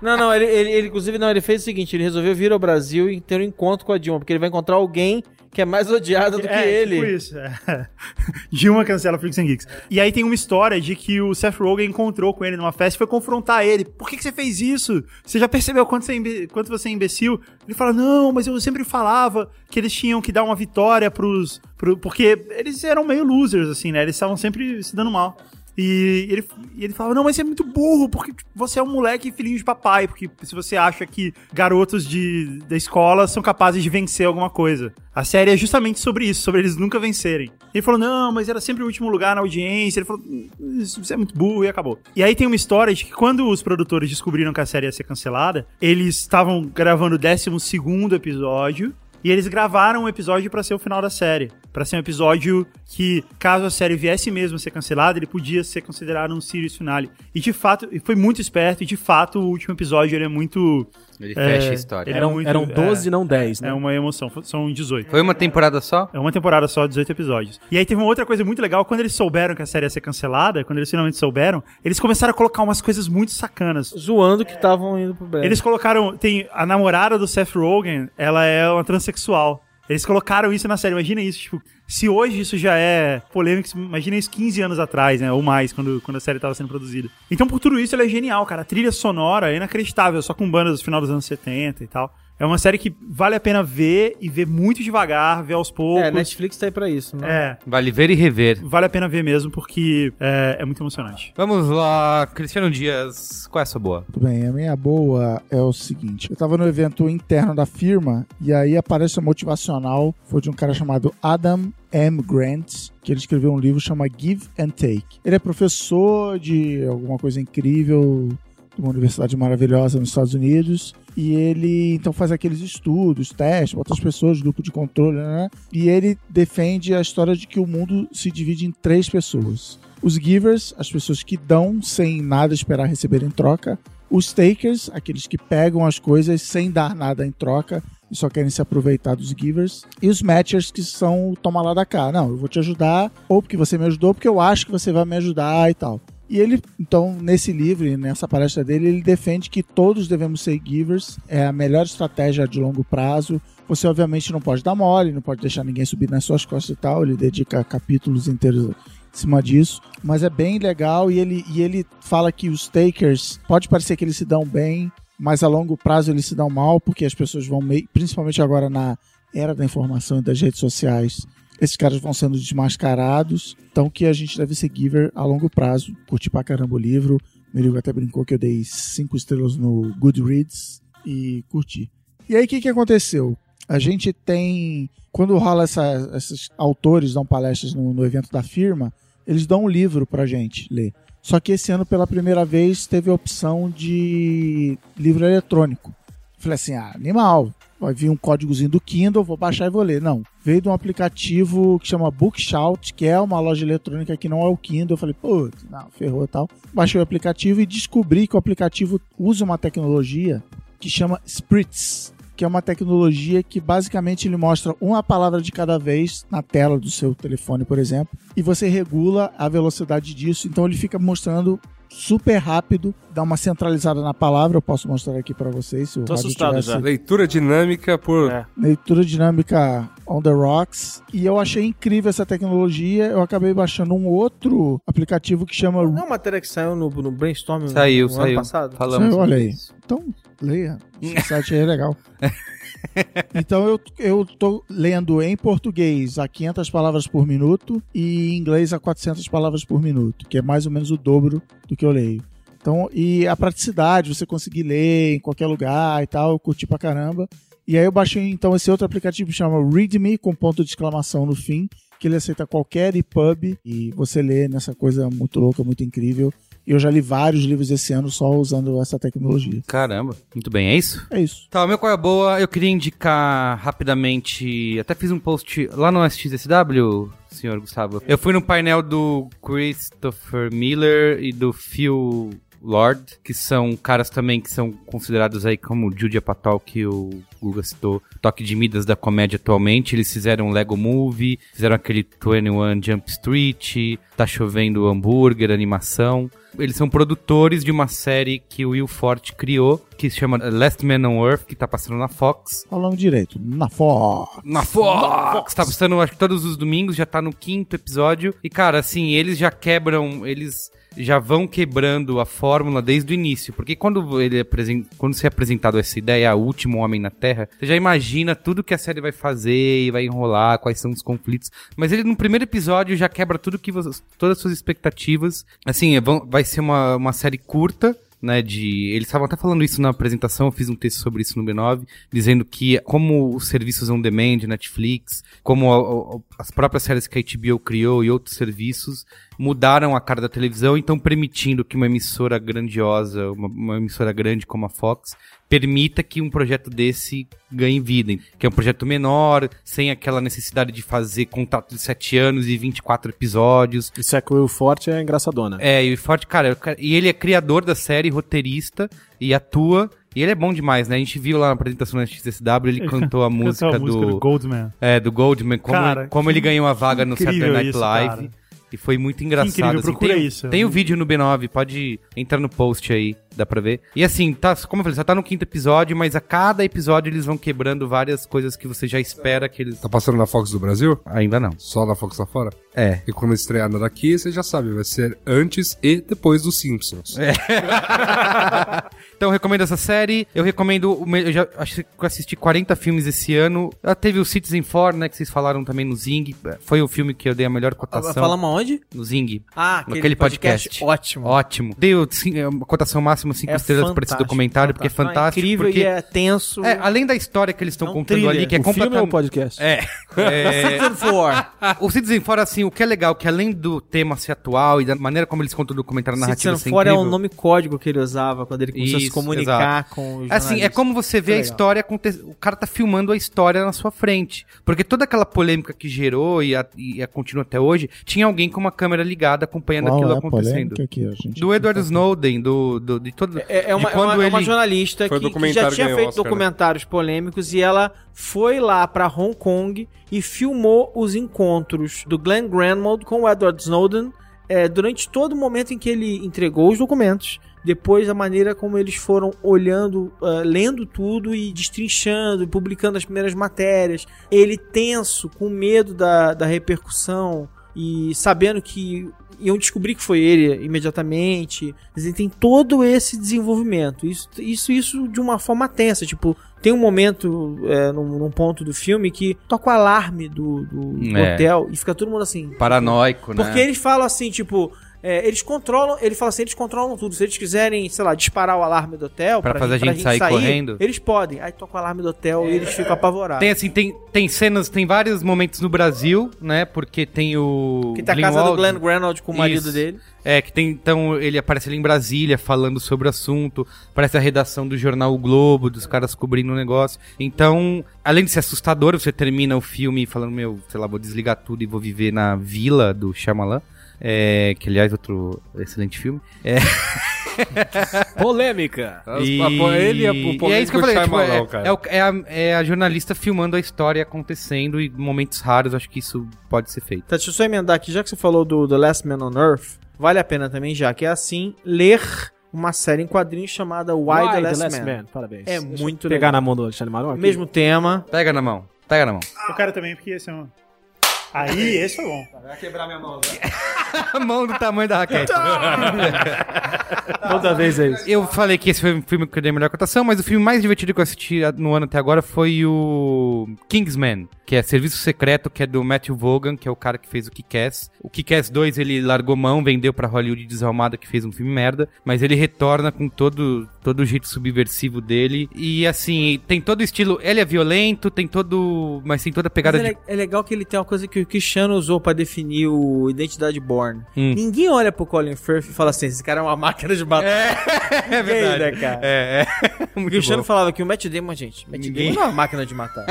S6: não, não, ele, ele, ele, inclusive, não, ele fez o seguinte, ele resolveu vir ao Brasil e ter um encontro com a Dilma, porque ele vai encontrar alguém que é mais odiado do que
S5: é,
S6: ele.
S5: Tipo isso. é. Dilma cancela Freaks and Geeks. E aí tem uma história de que o Seth Rogen encontrou com ele numa festa e foi confrontar ele. Por que, que você fez isso? Você já percebeu quanto você, é imbe- quanto você é imbecil? Ele fala, não, mas eu sempre falava que eles tinham que dar uma vitória pros... Pro, porque eles eram meio losers, assim, né? Eles estavam sempre se dando mal. E ele, e ele falava, não, mas você é muito burro, porque você é um moleque filhinho de papai, porque se você acha que garotos de, da escola são capazes de vencer alguma coisa. A série é justamente sobre isso, sobre eles nunca vencerem. Ele falou, não, mas era sempre o último lugar na audiência. Ele falou, "Isso, você é muito burro, e acabou. E aí tem uma história de que quando os produtores descobriram que a série ia ser cancelada, eles estavam gravando o 12 episódio, e eles gravaram um episódio pra ser o final da série. Pra ser um episódio que, caso a série viesse mesmo a ser cancelada, ele podia ser considerado um series finale. E de fato, e foi muito esperto, e de fato o último episódio ele é muito.
S2: Ele fecha a
S5: é,
S2: história.
S5: ele é um-
S9: Eram,
S5: muito-
S9: eram 12, não 10,
S5: É,
S9: né?
S5: é uma emoção, Fo- são 18.
S2: Foi uma temporada só?
S5: É uma temporada só, 18 episódios. E aí teve uma outra coisa muito legal, quando eles souberam que a série ia ser cancelada, quando eles finalmente souberam, eles começaram a colocar umas coisas muito sacanas.
S6: Zoando que estavam indo pro Brasil.
S5: Eles colocaram. Tem a namorada do Seth Rogen, ela é uma transexual. Eles colocaram isso na série, imagina isso, tipo, se hoje isso já é polêmico, imagina isso 15 anos atrás, né, ou mais, quando, quando a série tava sendo produzida. Então, por tudo isso, ela é genial, cara, a trilha sonora é inacreditável, só com bandas do final dos anos 70 e tal. É uma série que vale a pena ver e ver muito devagar, ver aos poucos.
S6: É, Netflix tá aí pra isso, né?
S5: É,
S2: Vale ver e rever.
S5: vale a pena ver mesmo, porque é, é muito emocionante.
S2: Vamos lá, Cristiano Dias, qual é a sua boa?
S3: Muito bem, a minha boa é o seguinte: eu tava no evento interno da firma e aí a palestra motivacional foi de um cara chamado Adam M. Grant, que ele escreveu um livro chamado Give and Take. Ele é professor de alguma coisa incrível, de uma universidade maravilhosa nos Estados Unidos. E ele então faz aqueles estudos, testes, outras pessoas, grupo de controle, né? E ele defende a história de que o mundo se divide em três pessoas: os givers, as pessoas que dão sem nada esperar receber em troca, os takers, aqueles que pegam as coisas sem dar nada em troca e só querem se aproveitar dos givers. E os matchers, que são o toma lá da cá. Não, eu vou te ajudar, ou porque você me ajudou, ou porque eu acho que você vai me ajudar e tal. E ele, então, nesse livro e nessa palestra dele, ele defende que todos devemos ser givers, é a melhor estratégia de longo prazo. Você, obviamente, não pode dar mole, não pode deixar ninguém subir nas suas costas e tal. Ele dedica capítulos inteiros em cima disso, mas é bem legal e ele, e ele fala que os takers, pode parecer que eles se dão bem, mas a longo prazo eles se dão mal, porque as pessoas vão meio, principalmente agora na era da informação e das redes sociais, esses caras vão sendo desmascarados, então que a gente deve ser giver a longo prazo, curti pra caramba o livro, Merigo até brincou que eu dei cinco estrelas no Goodreads e curti. E aí o que, que aconteceu? A gente tem. Quando rola essa, esses autores dão palestras no, no evento da firma, eles dão um livro pra gente ler. Só que esse ano, pela primeira vez, teve a opção de livro eletrônico. Falei assim: ah, animal, vai vir um códigozinho do Kindle, vou baixar e vou ler. Não, veio de um aplicativo que chama Bookshout, que é uma loja eletrônica que não é o Kindle. Eu falei, pô, não, ferrou e tal. Baixei o aplicativo e descobri que o aplicativo usa uma tecnologia que chama Spritz, que é uma tecnologia que basicamente ele mostra uma palavra de cada vez na tela do seu telefone, por exemplo, e você regula a velocidade disso, então ele fica mostrando super rápido, dá uma centralizada na palavra, eu posso mostrar aqui pra vocês. Se o
S9: Tô
S3: Rádio
S9: assustado
S3: tivesse-
S9: já.
S4: Leitura dinâmica por.
S9: É.
S3: leitura dinâmica on the rocks e eu achei incrível essa tecnologia. Eu acabei baixando um outro aplicativo que chama
S6: Não é uma matéria que saiu no, no brainstorm
S2: Saiu,
S6: no ano
S2: saiu.
S6: passado?
S2: Falamos.
S3: Olha aí. Então, leia. Esse site aí é legal. então, eu, eu tô lendo em português a 500 palavras por minuto e em inglês a 400 palavras por minuto, que é mais ou menos o dobro do que eu leio. Então, e a praticidade, você conseguir ler em qualquer lugar e tal, eu curti pra caramba. E aí eu baixei, então, esse outro aplicativo que chama ReadMe, com ponto de exclamação no fim, que ele aceita qualquer EPUB e você lê nessa coisa muito louca, muito incrível. E eu já li vários livros esse ano só usando essa tecnologia.
S2: Caramba. Muito bem, é isso?
S3: É isso.
S2: Tá, o meu qual é a boa, eu queria indicar rapidamente, até fiz um post lá no SXSW, senhor Gustavo. Eu fui no painel do Christopher Miller e do Phil Lord, que são caras também que são considerados aí como o Julia Apatow, que o Guga citou, toque de Midas da comédia atualmente. Eles fizeram um Lego Movie, fizeram aquele 21 Jump Street, Tá Chovendo Hambúrguer, animação. Eles são produtores de uma série que o Will Forte criou, que se chama Last Man on Earth, que tá passando na Fox.
S3: Falando direito. Na Fox.
S2: Na Fox! Tá passando, acho que todos os domingos, já tá no quinto episódio. E, cara, assim, eles já quebram, eles já vão quebrando a fórmula desde o início. Porque quando ele apresen- quando se é apresentado essa ideia, ah, o último homem na Terra, você já imagina tudo que a série vai fazer e vai enrolar, quais são os conflitos. Mas ele, no primeiro episódio, já quebra tudo que você- todas as suas expectativas. Assim, é, vão- vai ser uma, uma série curta né, de... Eles estavam até falando isso na apresentação, eu fiz um texto sobre isso no B9, dizendo que como os serviços on demand, Netflix, como a- a- as próprias séries que a HBO criou e outros serviços, mudaram a cara da televisão, então permitindo que uma emissora grandiosa, uma, uma emissora grande como a Fox, permita que um projeto desse ganhe vida, que é um projeto menor, sem aquela necessidade de fazer contato de 7 anos e 24 episódios,
S9: Isso é que o Will Forte é engraçadona.
S2: é, e o Forte, cara, eu quero- e ele é criador da série, roteirista, e atua. E ele é bom demais, né? A gente viu lá na apresentação da XSW, ele cantou a música,
S5: Cantou a música do,
S2: do,
S5: Goldman.
S2: é, do Goldman, como,
S5: Cara,
S2: como ele ganhou a vaga no
S5: incrível
S2: Saturday Night
S5: isso,
S2: Live.
S5: cara.
S2: E foi muito engraçado. assim,
S5: incrível, procura
S2: tem,
S5: isso. é
S2: Tem o vídeo no B9, pode entrar no post aí. dá pra ver. E assim, tá, como eu falei, só tá no quinto episódio, mas a cada episódio eles vão quebrando várias coisas que você já espera que eles.
S4: Tá passando na Fox do Brasil?
S2: Ainda não.
S4: Só na Fox lá fora?
S2: É.
S4: E quando estrear na daqui, você já sabe, vai ser antes e depois dos Simpsons.
S2: É, Então eu recomendo essa série. Eu recomendo. o me- Eu já acho que eu assisti 40 filmes esse ano. Ah, teve o Citizen Four, né? Que vocês falaram também no Zing. Foi o filme que eu dei a melhor cotação.
S6: Falamos aonde?
S2: No Zing.
S6: Ah,
S2: Aquele podcast.
S6: Ótimo.
S2: Ótimo. Dei o cin- eh, uma cotação máxima 5
S6: Hum. É
S2: estrelas pra esse
S6: fantástico,
S2: documentário, porque é fantástico.
S6: É incrível
S2: porque...
S6: e é tenso.
S2: É, além da história que eles estão
S6: É um
S2: contando
S6: thriller.
S2: ali, que é
S9: o filme ou o
S2: completamente.
S9: podcast?
S2: É. é...
S6: Season four.
S2: o Citizen Four, assim, o que é legal, que além do tema ser atual e da maneira como eles contam o documentário narrativo,
S6: Citizen
S2: ser
S6: Four é o
S2: incrível.
S6: nome código que ele usava quando ele começou a se
S2: Isso,
S6: comunicar com os
S2: Assim, é
S6: jornalistas.
S2: como você vê a
S6: Muito legal.
S2: história aconte- O cara tá filmando a história na sua frente. Porque toda aquela polêmica que gerou e, a- e a- continua até hoje, tinha alguém com uma câmera ligada acompanhando
S3: Qual
S2: aquilo
S3: é a
S2: acontecendo.
S3: polêmica aqui, a gente? tá
S2: Do Edward Snowden, do, do- de todo.
S6: É, é uma,
S2: de
S6: é uma-
S2: quando
S6: é uma
S2: ele-
S6: jornalista
S4: Foi
S6: que,
S4: o
S6: que já
S4: documentário que
S6: tinha
S4: ganhou o
S6: feito
S4: Oscar, né?
S6: documentários polêmicos e ela foi lá pra Hong Kong e filmou os encontros do Glenn Granwald com o Edward Snowden eh, durante todo o momento em que ele entregou os documentos. Depois, a maneira como eles foram olhando, eh, lendo tudo e destrinchando, publicando as primeiras matérias. Ele tenso, com medo da, da repercussão e sabendo que iam descobrir que foi ele imediatamente. Quer dizer, tem todo esse desenvolvimento. Isso, isso, isso de uma forma tensa. Tipo, tem um momento é, num, num ponto do filme que toca o alarme do, do- do
S2: É.
S6: hotel e fica todo mundo assim.
S2: Paranoico, né?
S6: Porque eles falam assim, tipo. é, eles controlam, ele fala assim, eles controlam tudo. Se eles quiserem, sei lá, disparar o alarme do hotel
S2: Pra fazer a gente sair correndo.
S6: eles podem. Aí toca o alarme do hotel e eles ficam apavorados.
S2: Tem assim, tem, tem cenas, tem vários momentos no Brasil, né? Porque tem o.
S6: que tá a
S2: Glenn
S6: casa do
S2: Wald,
S6: Glenn Granald com o marido
S2: Isso.
S6: dele.
S2: É, que tem. Então ele aparece ali em Brasília falando sobre o assunto. Parece a redação do jornal o Globo, dos caras cobrindo o negócio. Então, além de ser assustador, você termina o filme falando, meu, sei lá, vou desligar tudo e vou viver na vila do Shyamalan. É, que aliás, outro excelente filme.
S9: Polêmica.
S4: As- a po- Ele é o
S2: e é isso que
S4: polêmico
S2: eu falei, tipo,
S4: Shyamalan,
S2: é,
S4: cara.
S2: é o- é a, é a jornalista filmando a história acontecendo e momentos raros, acho que isso pode ser feito.
S6: Tá, deixa eu só emendar aqui, já que você falou do The Last Man on Earth, vale a pena também, já que é assim, ler uma série em quadrinhos chamada Why,
S9: Why
S6: the Last, Man.
S9: Parabéns.
S6: É
S9: Deixa eu
S6: muito
S9: Pegar
S6: legal.
S9: na mão do Alexandre Maron aqui.
S6: Mesmo tema.
S2: Pega na mão, pega na mão.
S5: Eu quero também, porque esse é um... Aí, esse foi bom.
S2: a mão do tamanho da raquete.
S9: Toda vez é isso.
S2: Eu falei que esse foi o filme que eu dei a melhor cotação, mas o filme mais divertido que eu assisti a- no ano até agora foi o Kingsman, que é Serviço Secreto, que é do Matthew Vaughan, que é o cara que fez o Kick-Ass. O Kick-Ass 2 ele largou mão, vendeu pra Hollywood desalmada que fez um filme merda, mas ele retorna com todo todo o jeito subversivo dele e assim, tem todo o estilo, ele é violento, tem todo, mas tem toda a pegada
S6: Mas é,
S2: de
S6: le- é legal que ele tem uma coisa que o Cristiano usou pra definir o Identidade Born.
S2: Hum.
S6: Ninguém olha pro Colin Firth e fala assim, esse cara é uma máquina de matar. É,
S2: verdade.
S6: Né, cara?
S2: É, é.
S6: O
S2: Muito
S6: Cristiano
S2: bom.
S6: falava que o Matt Damon, gente, Matt
S2: Ninguém-
S6: Damon não é uma máquina de matar.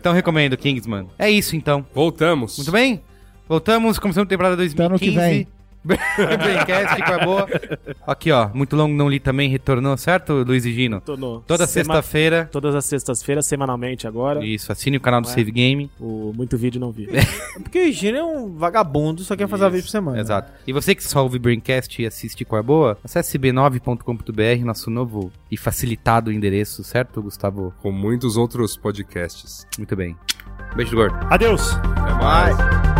S2: Então recomendo Kingsman. É isso então.
S4: Voltamos.
S2: Muito bem? Voltamos, começando a temporada 2015.
S3: Até ano que vem.
S2: Braincast, qual é boa? Aqui, ó. Muito longo não li também, retornou, certo, Luiz e Gino?
S9: Tô no-
S2: Toda
S9: sema-
S2: sexta-feira.
S9: Todas as sextas-feiras, semanalmente agora.
S2: Isso, assine o canal do Save Game.
S9: O Muito Vídeo Não Vi.
S6: Porque o Gino é um vagabundo, só quer fazer uma vez por semana.
S2: Exato. E você que só ouve Braincast e assiste qual é boa, acesse b9.com.br, nosso novo e facilitado endereço, certo, Gustavo?
S4: Com muitos outros podcasts.
S2: Muito bem. Beijo do gordo.
S5: Adeus.
S4: Até mais.